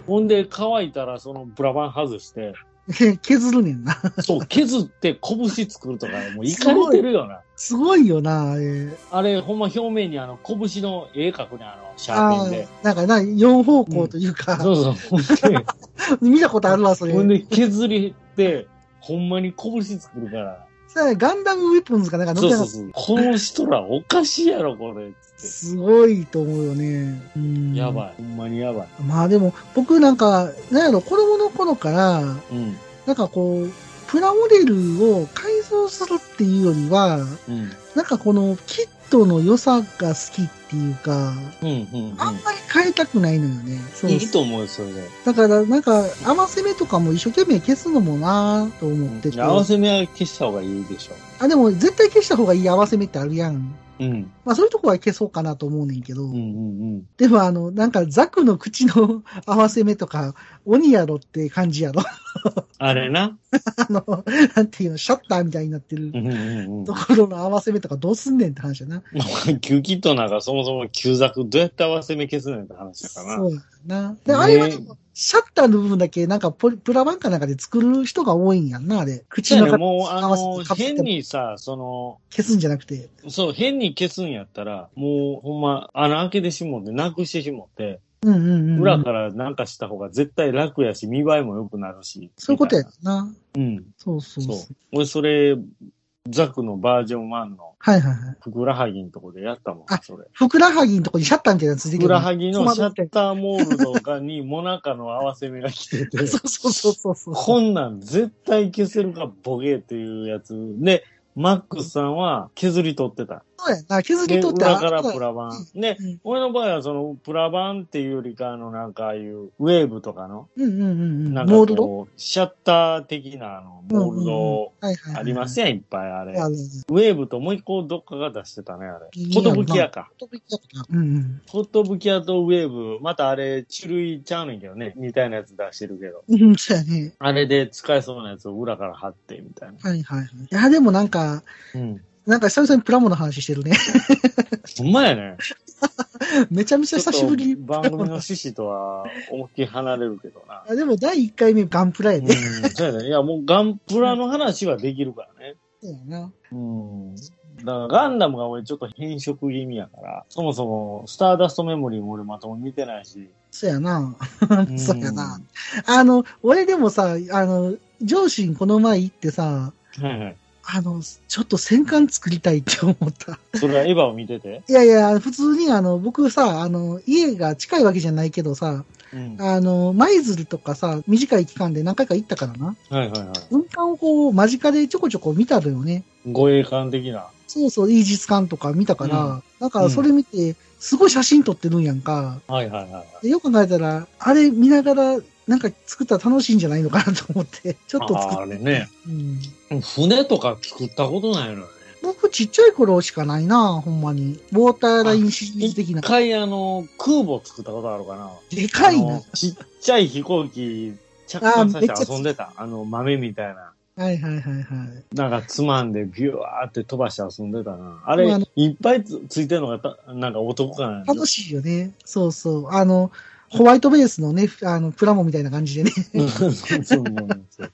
Speaker 2: ほんで乾いたらそのプラ板外して、
Speaker 1: え *laughs* 削るねんな。
Speaker 2: そう、削って拳作るとか、もういかれてるよな。
Speaker 1: すごいよな、あれ。
Speaker 2: あれ、ほんま表面にあの、拳の絵描くね、あの、シャー
Speaker 1: あ
Speaker 2: ペン
Speaker 1: あ
Speaker 2: で。
Speaker 1: ー、なんかな、四方向というか、
Speaker 2: そうそう。ほんで
Speaker 1: 見たことあるわ、それ。
Speaker 2: *laughs* ほんで削りって、ほんまに拳作るから。
Speaker 1: さあガンダムウェポンズかなんか乗
Speaker 2: そ
Speaker 1: っ
Speaker 2: う
Speaker 1: てなか
Speaker 2: そう
Speaker 1: った
Speaker 2: そう。この人らおかしいやろ、これ。つっ
Speaker 1: すごいと思うよね。うん
Speaker 2: て。やばい。ほんまにやばい。
Speaker 1: まあでも、僕なんか、なんやろ、子供の頃から、
Speaker 2: うん。
Speaker 1: なんかこう、プラモデルを改造するっていうよりは、
Speaker 2: うん。
Speaker 1: なんかこのキットの良さが好きっていうか、
Speaker 2: うん。うん。
Speaker 1: あんまり変えたくないのよね。
Speaker 2: う
Speaker 1: そ
Speaker 2: ん。
Speaker 1: う
Speaker 2: いいと思うよ、それで。
Speaker 1: だからなんか、合わせ目とかも一生懸命消すのもなぁと思ってて。
Speaker 2: 合わせ目は消した方がいいでしょ。
Speaker 1: あ、でも絶対消した方がいい合わせ目ってあるやん。
Speaker 2: うん。
Speaker 1: まあそういうとこは消そうかなと思うねんけど。
Speaker 2: うんうんうん。
Speaker 1: でもあの、なんかザクの口の合わせ目とか、 *laughs* 鬼やろって感じやろ。 *laughs*
Speaker 2: あれな。
Speaker 1: あの、なんていうの、シャッターみたいになってる
Speaker 2: うんうんうん。
Speaker 1: ところの合わせ目とかどうすんねんって話やな。
Speaker 2: 旧キットなんかそもそも旧ザクどうやって合わせ目消すねんって話だから
Speaker 1: そ
Speaker 2: な。
Speaker 1: うやな。で、あれはでも
Speaker 2: ね
Speaker 1: シャッターの部分だけなんかポリプラ版かなんかで作る人が多いんやんな、あれ。口
Speaker 2: そ
Speaker 1: の
Speaker 2: う
Speaker 1: 中
Speaker 2: やね、もうあ
Speaker 1: 合わせ
Speaker 2: の
Speaker 1: て、かぶっ
Speaker 2: 変
Speaker 1: て
Speaker 2: にさ、その、
Speaker 1: 消すんじゃなくて。
Speaker 2: そう、変に消すんやったら、もうほんま穴開けてしもって、なくしてしもって、
Speaker 1: うんうんうん。
Speaker 2: 裏からなんかした方が絶対楽やし、見栄えも良くなるし。
Speaker 1: そういうことや
Speaker 2: み
Speaker 1: な。
Speaker 2: たいな。うん。
Speaker 1: そうそうそう。
Speaker 2: そう。俺それ、ザクのバージョン1の
Speaker 1: はいはいはい。
Speaker 2: ふくらはぎのとこでやったもん
Speaker 1: あ、
Speaker 2: それ。
Speaker 1: ふくらはぎのとこにシャッターみたいなやつ出
Speaker 2: ふ
Speaker 1: て
Speaker 2: く
Speaker 1: るや
Speaker 2: ら
Speaker 1: ん。
Speaker 2: はぎのシャ
Speaker 1: 困
Speaker 2: ッターモールドがに、モナカの合わせ目が来て
Speaker 1: *laughs*
Speaker 2: て。
Speaker 1: そうそうそうそうそう。
Speaker 2: こんなん絶対消せるかボケっていうやつ。で、マックスさんは削り取ってた。
Speaker 1: そうやな。削
Speaker 2: で、
Speaker 1: り取った
Speaker 2: 裏からプラ板
Speaker 1: う。
Speaker 2: ね
Speaker 1: うん、
Speaker 2: 俺の場合はそのプラ板っていうよりか、あの、なんかああいうウェーブとかの、
Speaker 1: うんうんうんうん。
Speaker 2: なんか
Speaker 1: モールド
Speaker 2: こう、シャッター的なあの、モールド
Speaker 1: はいはいはい。
Speaker 2: あります
Speaker 1: ね。
Speaker 2: やん、いっぱいあれ。
Speaker 1: ある
Speaker 2: ウェーブともう一個どっかが出してたね、あれ。
Speaker 1: いいやんな
Speaker 2: 寿屋か。
Speaker 1: うんうん。
Speaker 2: 寿屋とウェーブ、またあれ、種類ちゃうねんけどね、みたいなやつ出してるけど。
Speaker 1: うん、 *laughs* そうやね。
Speaker 2: あれで使えそうなやつを裏から貼って、みたいな。
Speaker 1: はいはいはい。いや、でもなんか、
Speaker 2: うん。
Speaker 1: なんか久々にプラモの話してるね。 *laughs*
Speaker 2: ほんまやね。
Speaker 1: めちゃめちゃ久しぶり
Speaker 2: ちょっと番組の趣旨とは思いっきり離れるけどな。
Speaker 1: *laughs* あでも第1回目ガンプラや
Speaker 2: う
Speaker 1: ね。
Speaker 2: ん、そうやね。いや、もうガンプラの話はできるからね。
Speaker 1: そうやな。
Speaker 2: うん。だからガンダムが俺ちょっと変色気味やから、そもそもスターダストメモリーも俺まともに見てないし。
Speaker 1: そうやな。
Speaker 2: ん
Speaker 1: *laughs* そうやな。あの、俺でもさ、あの、上司にこの前行ってさ、
Speaker 2: はいはい。
Speaker 1: あの、ちょっと戦艦作りたいって思った。
Speaker 2: それはエヴァを見てて。
Speaker 1: いやいや、普通にあの、僕さ、あの、家が近いわけじゃないけどさ、
Speaker 2: うん。はい
Speaker 1: あの、舞鶴とかさ、短い期間で何回か行ったからな。
Speaker 2: はいは
Speaker 1: 軍艦をこう、間近でちょこちょこ見たのよね。
Speaker 2: い。護衛艦的な。
Speaker 1: そうそう、イージス艦とか見たから、
Speaker 2: うん
Speaker 1: だからそれ見て、すごい写真撮ってるんやんか。
Speaker 2: はいはいはい。
Speaker 1: でよく考えたら、あれ見ながら、なんか作ったら楽しいんじゃないのかなと思って、 *laughs* ちょっと
Speaker 2: あー
Speaker 1: 作
Speaker 2: あ
Speaker 1: っ
Speaker 2: れ
Speaker 1: て。
Speaker 2: ね。
Speaker 1: うん、
Speaker 2: 船とか作ったことないのよね。
Speaker 1: 僕ちっちゃい頃しかないな、ほんまに。ウォーターラインシリーズ的な
Speaker 2: 一。回あの、空母作ったことあるかな。
Speaker 1: でかい
Speaker 2: あ
Speaker 1: な
Speaker 2: の。ちっちゃい飛行機着
Speaker 1: あ
Speaker 2: 艦
Speaker 1: ーめっちゃ
Speaker 2: させて遊んでた。あの、豆みたいな。
Speaker 1: はいはいはいはい。
Speaker 2: なんかつまんでビュワーって飛ばして遊んでたな。あ
Speaker 1: で
Speaker 2: れ
Speaker 1: もあの、
Speaker 2: いっぱいつついてるのがた、なんか男かなんで
Speaker 1: 楽しいよね。そうそう。あの、ホワイトベースのね、あの、プラモみたいな感じでね、
Speaker 2: うん *laughs* そうそうなんですよ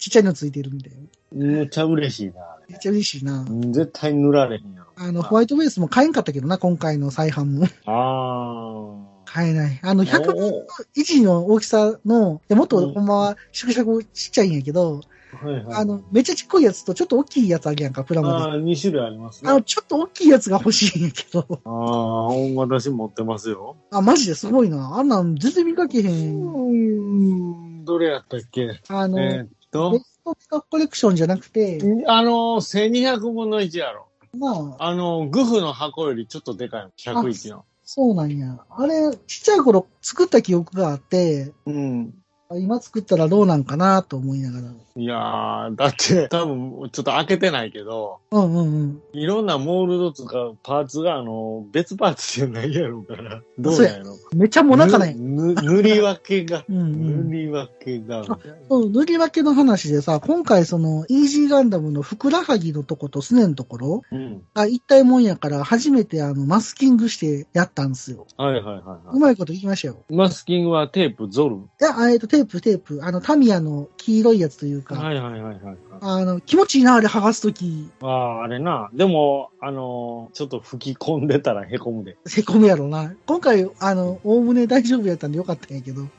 Speaker 1: ちっちゃいのついてるみたいな。
Speaker 2: むちゃ嬉しいな、あ
Speaker 1: めっ
Speaker 2: れ
Speaker 1: ちゃ嬉しいな。
Speaker 2: 絶対塗られへんやろ。
Speaker 1: あの、ホワイトベースも買えんかったけどな、今回の再販も。 *laughs*
Speaker 2: あー
Speaker 1: 買えない。あの、100分
Speaker 2: お
Speaker 1: 以上の大きさの、いやもっ
Speaker 2: う
Speaker 1: と
Speaker 2: ん
Speaker 1: ほんまは縮尺ちっちゃいんやけど、
Speaker 2: はいはい
Speaker 1: あの、めっちゃちっこいやつとちょっと大きいやつあるやんか、プラモで。
Speaker 2: あー、2種類ありますね。
Speaker 1: あ
Speaker 2: あ
Speaker 1: の、ちょっと大きいやつが欲しいんやけど。 *laughs*
Speaker 2: あー、私持ってますよ。
Speaker 1: あ、マジですごいな。あんなん全然見かけへ。
Speaker 2: うんん、どれやったっけ
Speaker 1: あの、
Speaker 2: えーっ
Speaker 1: ベ
Speaker 2: と、
Speaker 1: ストピカコレクションじゃなくて、
Speaker 2: あの、1200分の1やろ。
Speaker 1: まあ、
Speaker 2: あの、グフの箱よりちょっとでかいの。101の。
Speaker 1: そうなんや。あれ、ちっちゃい頃作った記憶があって、
Speaker 2: うん。
Speaker 1: 今作ったらどうなんかなと思いながら。
Speaker 2: いやー、だって、 *laughs* 多分、ちょっと開けてないけど、
Speaker 1: うんうんうん。
Speaker 2: いろんなモールドとかパーツが、あの、別パーツじゃないやろうから、どうなんやろ
Speaker 1: めっちゃもなかない。
Speaker 2: ぬぬ塗り分けが、
Speaker 1: うんうん
Speaker 2: 塗り分けが、
Speaker 1: そう、塗り分けの話でさ、今回その、イージーガンダムのふくらはぎのとことすねのところ
Speaker 2: うん。
Speaker 1: が一体もんやから、初めてあの、マスキングしてやったんですよ。
Speaker 2: はいはいはい、は
Speaker 1: うまいこと言いましたよ。
Speaker 2: い。マスキングはテープ、ゾル。
Speaker 1: いや、あえっと、テープ、テープ。あの、タミヤの黄色いやつというか、
Speaker 2: はいはいはいはい。
Speaker 1: あの、気持ちいいな、あれ剥がすとき、
Speaker 2: ああ、あれな。でも、あのーちょっと吹き込んでたらへこむで。
Speaker 1: せこむやろな。今回、あの、おおむね大丈夫やったんでよかったんやけど。
Speaker 2: もう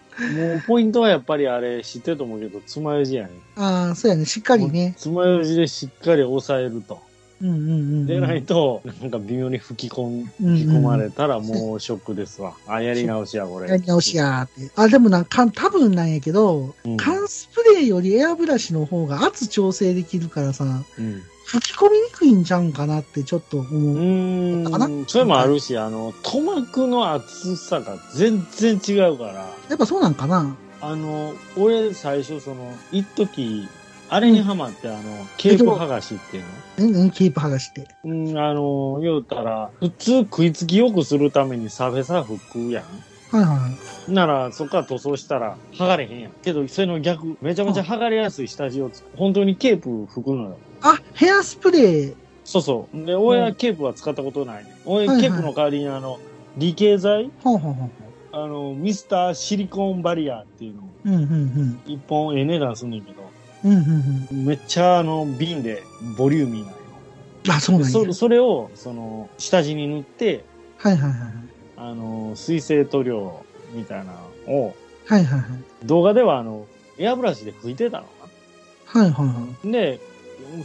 Speaker 2: ポイントはやっぱりあれ知ってると思うけど、つまようじやね。
Speaker 1: ああ、そうやね、しっかりね。
Speaker 2: つまようじでしっかり押さえると。
Speaker 1: うんうんうん。
Speaker 2: でないと、なんか微妙に吹き込ん
Speaker 1: うんうん
Speaker 2: 吹き込まれたらもうショックですわ。あ、やり直しや、これ。
Speaker 1: やり直し。やーって。あ、でもなんか、多分なんやけど、
Speaker 2: うん
Speaker 1: 缶スプレーよりエアブラシの方が圧調整できるからさ、
Speaker 2: うん。
Speaker 1: 吹き込みにくいんちゃうんかなってちょっと
Speaker 2: う
Speaker 1: 思う。だから
Speaker 2: ーん。それもあるし、あの、塗膜の厚さが全然違うから、
Speaker 1: やっぱそうなんかな
Speaker 2: あの、俺最初その、一時あれにハマって、あの、稽古剥がしっていうの。
Speaker 1: え、ね、ケープ剥がして。
Speaker 2: うん、あの、言うたら、普通食いつきよくするためにサフェサフ食うや
Speaker 1: はいは
Speaker 2: ん。なら、そっから塗装したら、剥がれへんやん。けど、それの逆、めちゃめちゃ剥がれやすい下地をつく。本当にケープ吹くのよ。
Speaker 1: い。あ、ヘアスプレー。
Speaker 2: そうそう。で、俺はケープは使ったことないね。
Speaker 1: は
Speaker 2: 俺、
Speaker 1: いはい
Speaker 2: ケープの代わりに、あの、理系剤
Speaker 1: ほんほんほん。
Speaker 2: あの、ミスターシリコンバリアっていうのを、
Speaker 1: うんうんうん。
Speaker 2: 一本ええ値段すんねんけど、
Speaker 1: うんうんうん。
Speaker 2: めっちゃ、あの、瓶で、ボリューミーなのよ
Speaker 1: あ、そう
Speaker 2: で
Speaker 1: なんや。
Speaker 2: そそれを、その、下地に塗って、
Speaker 1: はいはいはい。
Speaker 2: あの、水性塗料みたいなのを、
Speaker 1: はいはいはい。
Speaker 2: 動画ではあの、エアブラシで拭いてたのか
Speaker 1: はいはいはい。
Speaker 2: な。で、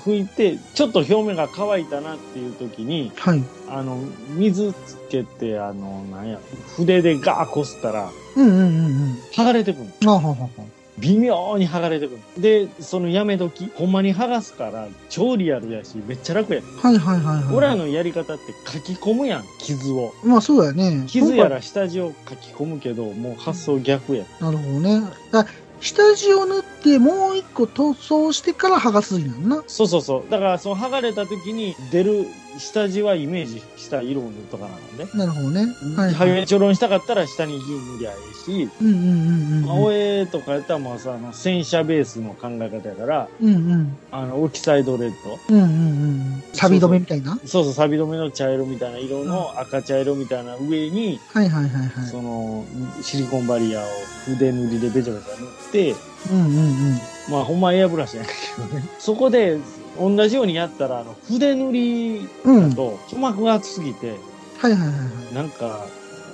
Speaker 2: 拭いて、ちょっと表面が乾いたなっていう時に、
Speaker 1: はい。
Speaker 2: あの、水つけて、あの、なんや、筆でガーこすったら、
Speaker 1: うんうんうんうん。
Speaker 2: 剥がれてくるの。
Speaker 1: あ、ほんほんほん。
Speaker 2: 微妙に剥がれてくるの。で、そのやめ時、ほんまに剥がすから、超リアルやし、めっちゃ楽や。
Speaker 1: はいはいはいはい。
Speaker 2: 俺らのやり方って書き込むやん、傷を。
Speaker 1: まあそうやね。
Speaker 2: 傷やら下地を書き込むけど、もう発想逆や。
Speaker 1: なるほどね。だ下地を塗って、もう一個塗装してから剥がすんやんな。
Speaker 2: そうそうそう。だから、その剥がれた時に出る下地はイメージした色を塗るとかなのね。
Speaker 1: なるほどね。はい、
Speaker 2: は
Speaker 1: はい。
Speaker 2: げちょろんしたかったら下に銀塗りゃええし、
Speaker 1: うんうんうんうん。
Speaker 2: 青江とかやったらもうさ、あの、戦車ベースの考え方やから、
Speaker 1: うんうん。
Speaker 2: あの、オキサイドレッド。
Speaker 1: うんうんうん。錆止めみたいな。
Speaker 2: そうそう、錆止めの茶色みたいな色の赤茶色みたいな上に、
Speaker 1: はいはいはいはい。
Speaker 2: その、シリコンバリアを筆塗りでべちゃべちゃ塗って、
Speaker 1: うんうんうん。
Speaker 2: まあほんまエアブラシやねんけどね。そこで、同じようにやったら、あの、筆塗り
Speaker 1: うん。はい
Speaker 2: と、塗膜が厚すぎて、
Speaker 1: はいはいはい。
Speaker 2: なんか、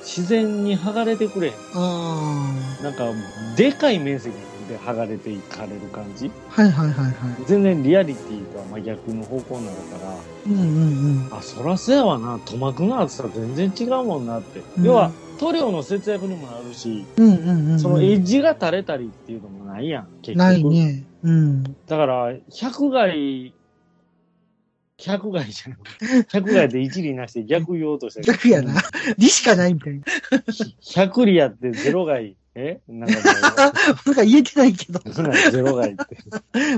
Speaker 2: 自然に剥がれてくれへん。
Speaker 1: あ
Speaker 2: なんか、でかい面積で剥がれていかれる感じ
Speaker 1: あ。はいはいはいは
Speaker 2: 全然リアリティとは真逆の方向になるから、
Speaker 1: い。うんうんうん。
Speaker 2: あ、そらそうやわな、塗膜の厚さ全然違うもんなって。
Speaker 1: うん
Speaker 2: 要は、塗料の節約にもなるし、
Speaker 1: うんうんうん。
Speaker 2: そのエッジが垂れたりっていうのもないやん、結局。
Speaker 1: ないね。うん。
Speaker 2: だから、百害、百害
Speaker 1: *laughs*
Speaker 2: じゃない。百害で一理なして逆言おうとしてる。
Speaker 1: 逆やな。理しかないみたいな。
Speaker 2: 百里やってゼロ害。えなんか
Speaker 1: なんか言えてないけど。
Speaker 2: もう
Speaker 1: *laughs*
Speaker 2: なんかゼロ害って。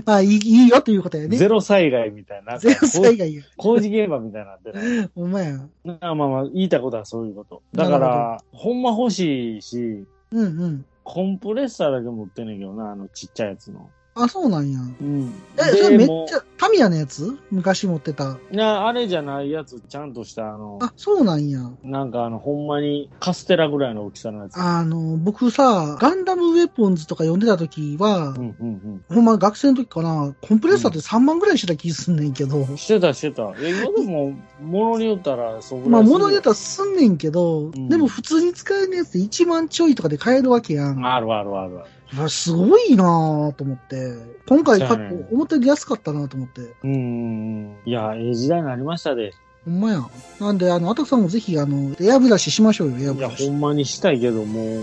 Speaker 1: まあいいいいよということやね。
Speaker 2: ゼロ災害みたいな。
Speaker 1: ゼロ災害や。
Speaker 2: 工事現場みたいになってない。
Speaker 1: ほんまや。
Speaker 2: まあまあまあ、言いたいことはそういうこと。だか
Speaker 1: な
Speaker 2: ら、ほんま欲しいし、
Speaker 1: うんうん。
Speaker 2: コンプレッサーだけ持ってんねんけどな、あのちっちゃいやつの。
Speaker 1: あ、そうなんや。
Speaker 2: うん。
Speaker 1: え、それめっ
Speaker 2: も
Speaker 1: ちゃ、タミヤのやつ昔持ってた。
Speaker 2: うなあれじゃないやつ、ちゃんとした、あの、
Speaker 1: あ、そうなんや。
Speaker 2: なんかあの、ほんまにカステラぐらいの大きさのやつ。
Speaker 1: あの、僕さ、ガンダムウェポンズとか読んでた時は
Speaker 2: う、んうんうん。
Speaker 1: ほんま学生の時かな、コンプレッサーって3万ぐらいしてた気すんねんけど。
Speaker 2: してたしてた。え、今でも、物によったら、そこ
Speaker 1: まあ、物によったらすんねんけど、
Speaker 2: ん
Speaker 1: でも普通に使えるやつって1万ちょいとかで買えるわけやん。
Speaker 2: あるあるあるある。
Speaker 1: まあすごいなぁと思って。今回買
Speaker 2: そうやね
Speaker 1: って、思ったより安かったなと思って。
Speaker 2: うーん。いや、ええ時代になりましたで。
Speaker 1: ほんまや。なんで、あの、アタクさんもぜひ、あの、エアブラシしましょうよ、エア
Speaker 2: い
Speaker 1: ブラ
Speaker 2: や、ほ
Speaker 1: シ。
Speaker 2: んまにしたいけど、もう、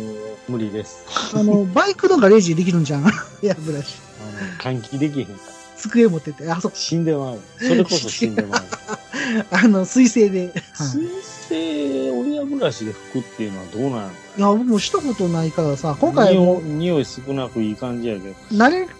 Speaker 2: 無理です。
Speaker 1: あの、バイクのガレージできるんじゃん *laughs* エアブラシ。
Speaker 2: あの、換気できへんから。
Speaker 1: 机持ってて、あ、そう、
Speaker 2: 死んで
Speaker 1: *laughs*
Speaker 2: まう。それこそ死んでまう。
Speaker 1: あの、水性で。はい
Speaker 2: 水星、俺ヤブラシで拭くっていうのはどうなんやろ
Speaker 1: いや、僕もしたことないからさ、今回は
Speaker 2: 匂
Speaker 1: も
Speaker 2: い匂い少なくいい感じやけど。
Speaker 1: う慣れて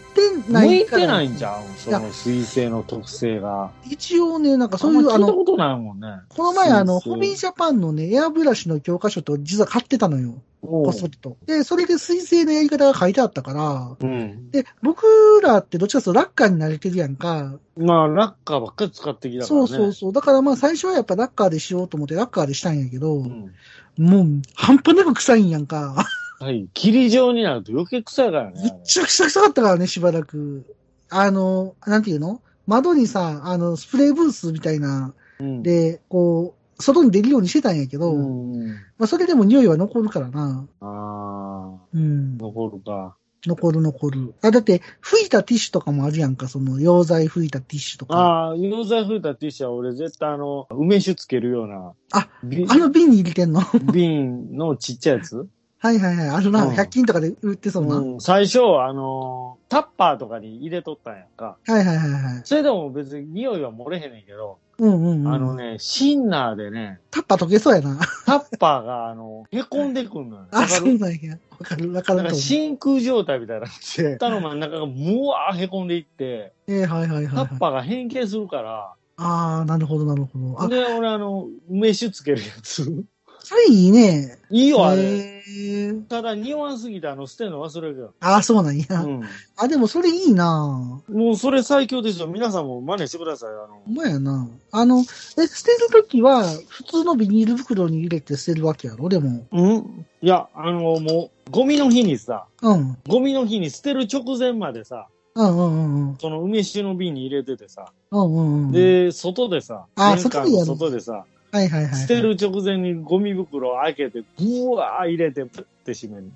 Speaker 1: ないから。
Speaker 2: 向いてないんじ
Speaker 1: ん。
Speaker 2: ゃんその水性の特性が。
Speaker 1: 一応ね、なんかそう
Speaker 2: あ
Speaker 1: い
Speaker 2: ん
Speaker 1: う、
Speaker 2: ま
Speaker 1: あ
Speaker 2: 聞いた
Speaker 1: の、
Speaker 2: ことないもんね。
Speaker 1: この前あの、
Speaker 2: 水
Speaker 1: ホ
Speaker 2: 性
Speaker 1: ビージャパンのね、エアブラシの教科書と実は買ってたのよ。
Speaker 2: おう
Speaker 1: こっそりと。で、それで水性のやり方が書いてあったから、
Speaker 2: うん。
Speaker 1: で、僕らってどっちかというとラッカーに慣れてるやんか。
Speaker 2: まあ、ラッカーばっかり使ってきたから
Speaker 1: そ
Speaker 2: ね。
Speaker 1: うそうそう。だからまあ最初はやっぱラッカーでしようと思ってラッカーでしたんやけど、
Speaker 2: うん。
Speaker 1: もう半端なく臭いんやんか。
Speaker 2: はい。霧状になると余計臭いからね。
Speaker 1: めっちゃくちゃ臭かったからね、しばらく。あの、なんていうの窓にさ、あの、スプレーブースみたいな、
Speaker 2: うん
Speaker 1: で、こう、外に出るようにしてたんやけど、
Speaker 2: うん。
Speaker 1: まあそれでも匂いは残るからな。
Speaker 2: ああ、
Speaker 1: うん。
Speaker 2: 残るか。
Speaker 1: 残る残る。あ、だって、拭いたティッシュとかもあるやんか、その、溶剤拭いたティッシュとか。あ
Speaker 2: ああ、ユーザーフータティッシュは俺絶対あの、梅酒つけるような。
Speaker 1: あ
Speaker 2: び
Speaker 1: の瓶に入れてんの *laughs*
Speaker 2: 瓶のちっちゃいやつ
Speaker 1: はいはいはい。あるな、
Speaker 2: うん
Speaker 1: 100均とかで売ってそうな。
Speaker 2: うん、最初、あのータッパーとかに入れとったんやんか。
Speaker 1: はいはいはいはい。
Speaker 2: それでも別に匂いは漏れへんねんけど、
Speaker 1: うんうん、うん。
Speaker 2: あのね、シンナーでね、
Speaker 1: タッパー溶けそうやな。 *laughs*
Speaker 2: タッパーが、あの、へこんでくんのよ。わ
Speaker 1: あ、
Speaker 2: か
Speaker 1: そう
Speaker 2: る
Speaker 1: なんや。わかるわか
Speaker 2: だ
Speaker 1: ると
Speaker 2: から
Speaker 1: 思う。
Speaker 2: 真空状態みたいになっ
Speaker 1: *laughs*
Speaker 2: て、
Speaker 1: え
Speaker 2: 蓋の真ん中がむわーへこんでいって、
Speaker 1: えはいはいはい、
Speaker 2: タ
Speaker 1: はい。
Speaker 2: ッパーが変形するから、
Speaker 1: ああ、なるほどなるほ *laughs* ど。あ、
Speaker 2: で、俺あの、梅酒つけるやつ。
Speaker 1: それいいね。
Speaker 2: いいよ、あれ。
Speaker 1: えー、
Speaker 2: ただ、匂わんすぎて、あの、捨てるの忘れるよ。
Speaker 1: ああ、そうなんや。
Speaker 2: うん。
Speaker 1: あ、でもそれいいな
Speaker 2: もう、それ最強ですよ。皆さんも真似してください。あの
Speaker 1: ほん、まやなあの、え、捨てるときは、普通のビニール袋に入れて捨てるわけやろでも。
Speaker 2: うんいや、あの、もう、ゴミの日にさ、
Speaker 1: うん。
Speaker 2: ゴミの日に捨てる直前までさ、
Speaker 1: うんうんうんうん。
Speaker 2: その梅酒の瓶に入れててさ、
Speaker 1: うんうんうん。
Speaker 2: で、外でさ、
Speaker 1: あ
Speaker 2: 玄関の外でさ、
Speaker 1: はいはいはい。
Speaker 2: 捨て。る直前にゴミ袋を開けて、ブワー入れて、プッて閉
Speaker 1: *laughs*
Speaker 2: める。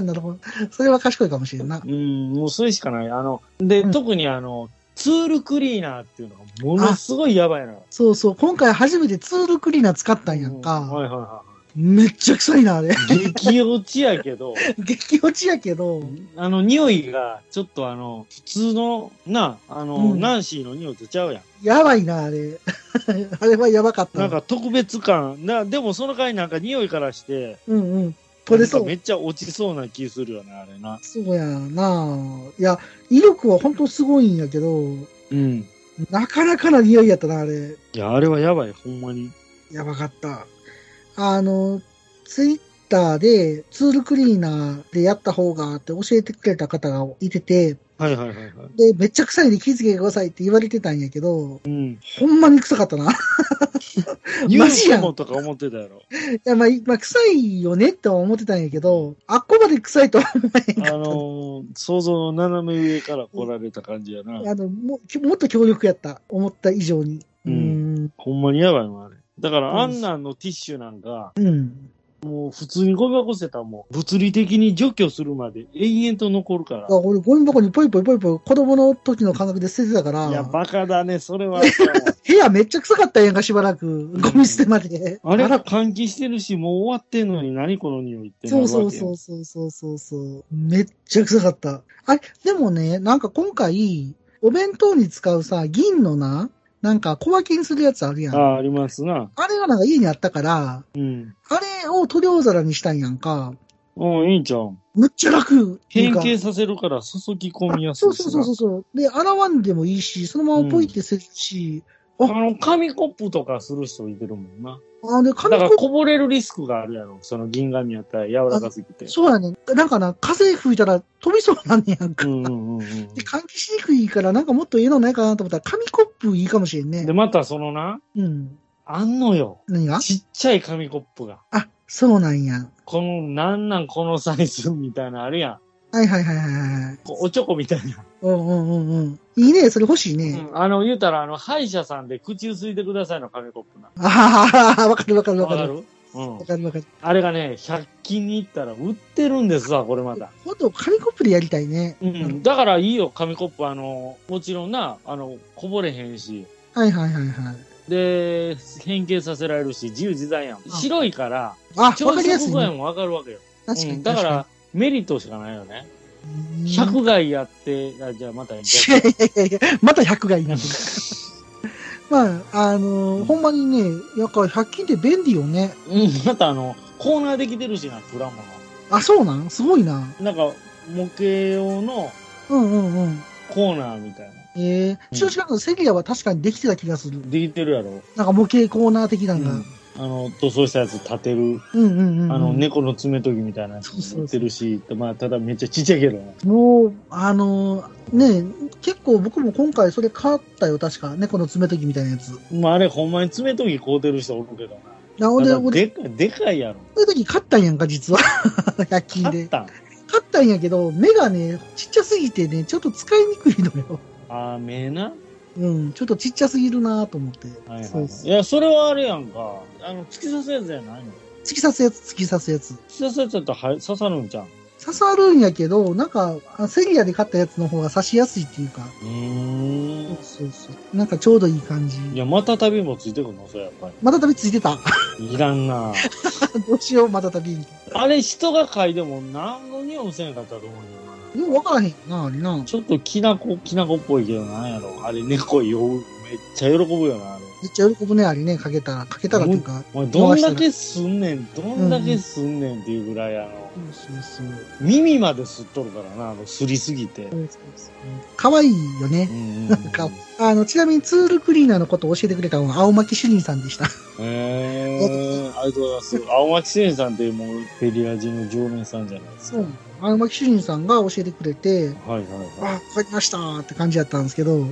Speaker 1: なるほど。それは賢いかもしれんな。
Speaker 2: うん、もうそれしかない。あの、で、
Speaker 1: うん
Speaker 2: 特にあの、ツールクリーナーっていうのがものすごいやばいな。
Speaker 1: そうそう。今回初めてツールクリーナー使ったんやん
Speaker 2: うん
Speaker 1: か。
Speaker 2: はいはいは
Speaker 1: めっちゃ臭いな、あれ。 *laughs*
Speaker 2: い。激落ちやけど、
Speaker 1: 激落ちやけど。
Speaker 2: あの、匂いが、ちょっとあの、普通の、な、あの、
Speaker 1: うん
Speaker 2: ナンシーの匂いとちゃうやん。
Speaker 1: やばいな、あれ。 *laughs* あれはやばかった。
Speaker 2: なんか、特別感。な、でもその回なんか匂いからして、
Speaker 1: うんうん。取れそ
Speaker 2: なんかめ
Speaker 1: う。
Speaker 2: っちゃ落ちそうな気するよね、あれな。
Speaker 1: そうやな。いや、威力は本当すごいんやけど、
Speaker 2: うん。
Speaker 1: なかなかな匂いやったな、あれ。
Speaker 2: いや、あれはやばい、ほんまに。
Speaker 1: やばかった。あの、ツイッターでツールクリーナーでやった方がって教えてくれた方がいてて、
Speaker 2: はいはいはいはい。
Speaker 1: で、めっちゃ臭いんで気づけてくださいって言われてたんやけど、
Speaker 2: うん。
Speaker 1: ほんまに臭かったな。 *laughs* マジやん。
Speaker 2: も
Speaker 1: い
Speaker 2: とか思ってたや *laughs* ろ。
Speaker 1: や、まあ、まあ、臭いよねっては思ってたんやけど、あっこまで臭いとは思えへん
Speaker 2: あ
Speaker 1: かっ
Speaker 2: のー、想像の斜め上から来られた感じやな。
Speaker 1: た。あの、も、もっと強力やった。思った以上に。う。
Speaker 2: うんほんまにやばいもん、あれ。だか
Speaker 1: うん
Speaker 2: ら、あんなんのティッシュなんか、
Speaker 1: うん。
Speaker 2: もう普通にゴミ箱捨てたらもう、物理的に除去するまで延々と残るか
Speaker 1: あ俺、ゴミ箱にポイポイポイポイ子供の時の感覚で捨ててたから。
Speaker 2: ら。いや、バカだね、それ
Speaker 1: *laughs*
Speaker 2: はあかんわ。
Speaker 1: 部屋めっちゃ臭かったやんか、しばらく。ゴミ捨てまで。
Speaker 2: あれ
Speaker 1: ら
Speaker 2: が換気してるし、もう終わってんのに何この匂いってなる
Speaker 1: そ
Speaker 2: わ
Speaker 1: う
Speaker 2: け
Speaker 1: そうそうそうそうそうそう。めっちゃ臭かった。あれ、でもね、なんか今回、お弁当に使うさ、銀のな、なんか小分けにするやつあるやん。
Speaker 2: あ
Speaker 1: あ
Speaker 2: あ、ありますな。
Speaker 1: れがなんか家にあったから、
Speaker 2: うん。
Speaker 1: あれを塗料皿にしたんやんか。
Speaker 2: うん、いいんちゃうん。
Speaker 1: むっちゃ楽。
Speaker 2: 変
Speaker 1: ってい
Speaker 2: 形
Speaker 1: うか
Speaker 2: させるから注ぎ込みやす
Speaker 1: そ
Speaker 2: いうし
Speaker 1: そ
Speaker 2: な。
Speaker 1: うそうそうそう。で、洗わんでもいいし、そのままポイってするし、
Speaker 2: あの、紙コップとかする人いてるもんな。
Speaker 1: あで、
Speaker 2: だか
Speaker 1: 紙コッ
Speaker 2: ら
Speaker 1: プ、
Speaker 2: こぼれるリスクがあるやろ。その銀紙やったら柔らかすぎ
Speaker 1: *laughs*
Speaker 2: て。
Speaker 1: そうやね。なんかな、風吹いたら飛びそうなんねやんか。
Speaker 2: うんうんうんうん。
Speaker 1: で、換気しにくいから、なんかもっといいのないかなと思ったら、紙コップいいかもしれんね
Speaker 2: で、。またそのな、
Speaker 1: うん。
Speaker 2: あんのよ。
Speaker 1: 何が
Speaker 2: ちっちゃい紙コップが。
Speaker 1: あ、そうなんや。
Speaker 2: この、なんなんこのサイズみたいなのあるやん。
Speaker 1: はいはいはいはいはい。
Speaker 2: こうおちょこみたいな。
Speaker 1: うんうんうんうん。いいね、それ欲しいね。
Speaker 2: うんあの、言うたら、あの、歯医者さんで口ゆすいてくださいの紙コップな。
Speaker 1: あははは、わかるわかるわ
Speaker 2: わ
Speaker 1: か
Speaker 2: か
Speaker 1: る。
Speaker 2: るうん
Speaker 1: わ。かるわかる。
Speaker 2: あれがね、100均に行ったら売ってるんですわ、これまた。
Speaker 1: もっと紙コップでやりたいね。
Speaker 2: うん。だからいいよ、紙コップ。あの、もちろんな、あの、こぼれへんし。
Speaker 1: はいはいはいはい。
Speaker 2: で、変形させられるし、自由自在やん。白いから、
Speaker 1: あ、
Speaker 2: 朝
Speaker 1: わかりやす
Speaker 2: 食
Speaker 1: い
Speaker 2: 具合
Speaker 1: ね。
Speaker 2: もわかるわけよ。
Speaker 1: 確か
Speaker 2: うん
Speaker 1: に。
Speaker 2: だか
Speaker 1: 確
Speaker 2: ら、メリットしかないよね。
Speaker 1: に、*laughs*
Speaker 2: 百害やって、あじゃあまた、
Speaker 1: いやいやいやいや、また100がいいな。ま *laughs* まあ、あのーほんまにね、やっぱ100均って便利よね。
Speaker 2: うん、またあの、コーナーできてるしな、プラモ
Speaker 1: あ、そうなんすごいな。
Speaker 2: が。なんか、模型用の
Speaker 1: うんうんうん。
Speaker 2: コーナーみたいな。
Speaker 1: ええー、少子化のセリアは確かにできてた気がする。
Speaker 2: できてるやろ。
Speaker 1: なんか模型コーナー的なのが。
Speaker 2: うんあの、塗装したやつ立てる。
Speaker 1: うんうんうん。
Speaker 2: あの、。猫の爪研ぎみたいなやつ持ってるし、まあ、ただめっちゃちっちゃいけどな。
Speaker 1: もう、あのーねえ、結構僕も今回それ買ったよ、確か。猫の爪とぎみたいなやつ。
Speaker 2: まあ、あれ、ほんまに爪研ぎ買うてる人おるけど
Speaker 1: なほんで、
Speaker 2: な。
Speaker 1: 俺、
Speaker 2: でかでかいやろ。
Speaker 1: そういう時買ったんやんか、実は。100均
Speaker 2: 買っ
Speaker 1: で。
Speaker 2: たん
Speaker 1: 買ったんやけど、目がね、ちっちゃすぎてね、ちょっと使いにくいのよ。
Speaker 2: あー、目な。
Speaker 1: うん、ちょっとちっちゃすぎるなと思って。
Speaker 2: はいはい
Speaker 1: そう
Speaker 2: はい、
Speaker 1: っ
Speaker 2: い
Speaker 1: す
Speaker 2: や、それはあれやんか。あの、突き刺すやつじゃないの
Speaker 1: 突き刺すやつ、突き刺すやつ。
Speaker 2: 突き刺すやつだったらは刺さるんじゃん。う
Speaker 1: 刺さるんやけど、なんか、あセリアで買ったやつの方が刺しやすいっていうか。
Speaker 2: ーん。
Speaker 1: そうそう。なんかちょうどいい感じ。
Speaker 2: いや、また旅もついてくるのそれやっぱ
Speaker 1: またたびついてた。 *laughs*
Speaker 2: り。いらんな。
Speaker 1: どうしよう、またたび。よ
Speaker 2: あれ、人が嗅いでも何の匂いもせんかったと思うよな。
Speaker 1: う分からへんな、あれな。
Speaker 2: ちょっときなこ、きなこっぽいけどなんやろ。あれ、猫酔う。めっちゃ喜ぶよな、あれ。
Speaker 1: めっちゃ喜ぶね、あれね、かけたら。かけたらっていうか。
Speaker 2: お前、どんだけすんねん、どんだけすんねんっていうぐらい、あの、
Speaker 1: そうそう
Speaker 2: 耳まで吸っとるからな、あの、すりすぎて。
Speaker 1: そうそうそう。かわいいよね
Speaker 2: う。んうん
Speaker 1: なんか、あの、ちなみにツールクリーナーのことを教えてくれたのは青巻主任さんでした。
Speaker 2: えー、ありがとうござ
Speaker 1: *laughs*
Speaker 2: います。青巻千恵さんってもう、ペリア人の常連さんじゃないですか。
Speaker 1: 青巻主任さんが教えてくれて、
Speaker 2: はいはい
Speaker 1: あ、
Speaker 2: はい
Speaker 1: わかりましたーって感じだったんですけど、
Speaker 2: う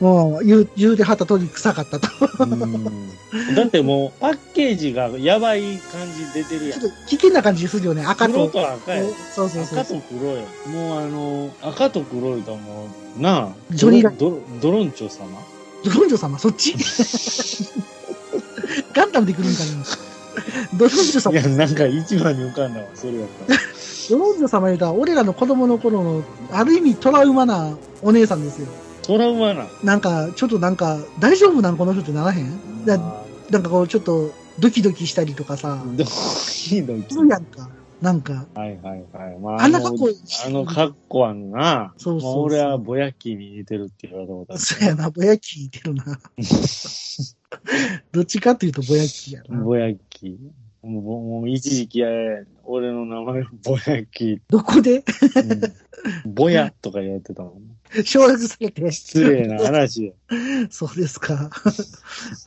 Speaker 1: もう、言う、言うてはった通り臭かったと。ちょっ
Speaker 2: ん。うんだってもう、パッケージがやばい感じ出てるやん
Speaker 1: と。危険な感じするよね、赤
Speaker 2: 黒
Speaker 1: と。
Speaker 2: と赤や。
Speaker 1: そうそうそう
Speaker 2: 赤
Speaker 1: そ
Speaker 2: と黒や。もうあの、赤と黒いともう、なあ、
Speaker 1: ジョニーラ
Speaker 2: ドロドロンチョ様
Speaker 1: う。ドロンジョ様、そっ
Speaker 2: *laughs*
Speaker 1: ちガンダムで来るんかな。ドロンジョ様
Speaker 2: い、や、なんか一番に浮かんだわ、それやっ
Speaker 1: *laughs*
Speaker 2: たら。
Speaker 1: ドロンジョ様言うたら、俺らの子供の頃の、ある意味トラウマなお姉さんですよ。
Speaker 2: トラウマな。
Speaker 1: なんか、ちょっとなんか、大丈夫なんこの人ってならへんだなんかこう、ちょっと、ドキドキしたりとかさ、
Speaker 2: ドキドキ
Speaker 1: す。るやんか。なんか、
Speaker 2: はいはいはい。ま
Speaker 1: あんな格好いい
Speaker 2: あの格好はな、
Speaker 1: そうそう
Speaker 2: まあ
Speaker 1: そう
Speaker 2: 俺はぼやきに似てるって言われたことある。
Speaker 1: そうやな、ぼやきいてるな。どっちかっていうとぼやきやな。
Speaker 2: ぼやき。もうぼ、もう一時期や、俺の名前、ぼや
Speaker 1: *laughs*
Speaker 2: き。
Speaker 1: どこで
Speaker 2: うんぼやとか言われてたもん。
Speaker 1: 省略されて。
Speaker 2: 失礼な話や。
Speaker 1: そうですか。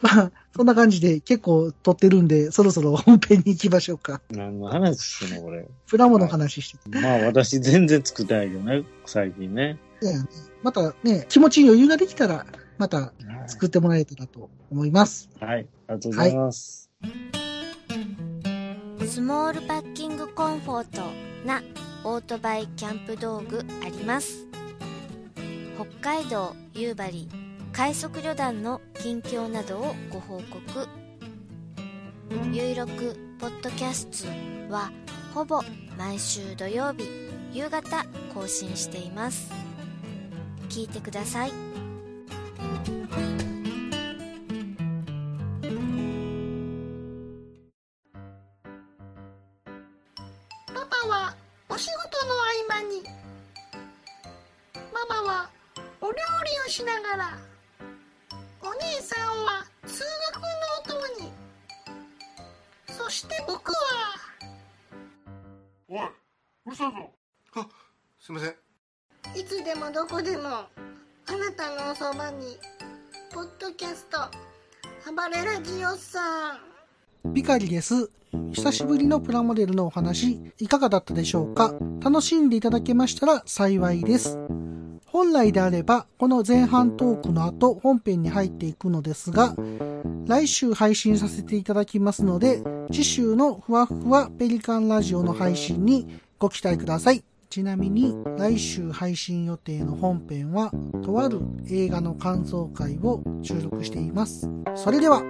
Speaker 1: まあ、そんな感じで結構撮ってるんで、そろそろ本編に行きましょうか。
Speaker 2: 何の話してんの、俺。
Speaker 1: プラモの話して
Speaker 2: まあ私全然作ってないけどね、最近ね。
Speaker 1: て、またね、気持ちに余裕ができたら、また作ってもらえたらと思います。
Speaker 2: はい。ありがとうございます。
Speaker 8: スモールパッキングコンフォートなオートバイキャンプ道具あります北海道夕張快速旅団の近況などをご報告「ゆいろくポッドキャスト」はほぼ毎週土曜日夕方更新しています聞いてください
Speaker 9: パパはお仕事の合間にママはお料理をしながらお姉さんは通学のお供にそして僕は
Speaker 10: おい、うるさいぞ。あ、すいません。
Speaker 9: いつでもどこでもあなたのおそばにポッドキャスト暴れラジオさん
Speaker 1: ピカリです。久しぶりのプラモデルのお話、いかがだったでしょうか楽しんでいただけましたら幸いです。本来であれば、この前半トークの後、本編に入っていくのですが、来週配信させていただきますので、次週のふわふわペリカンラジオの配信にご期待ください。ちなみに、来週配信予定の本編は、とある映画の感想会を収録しています。それでは、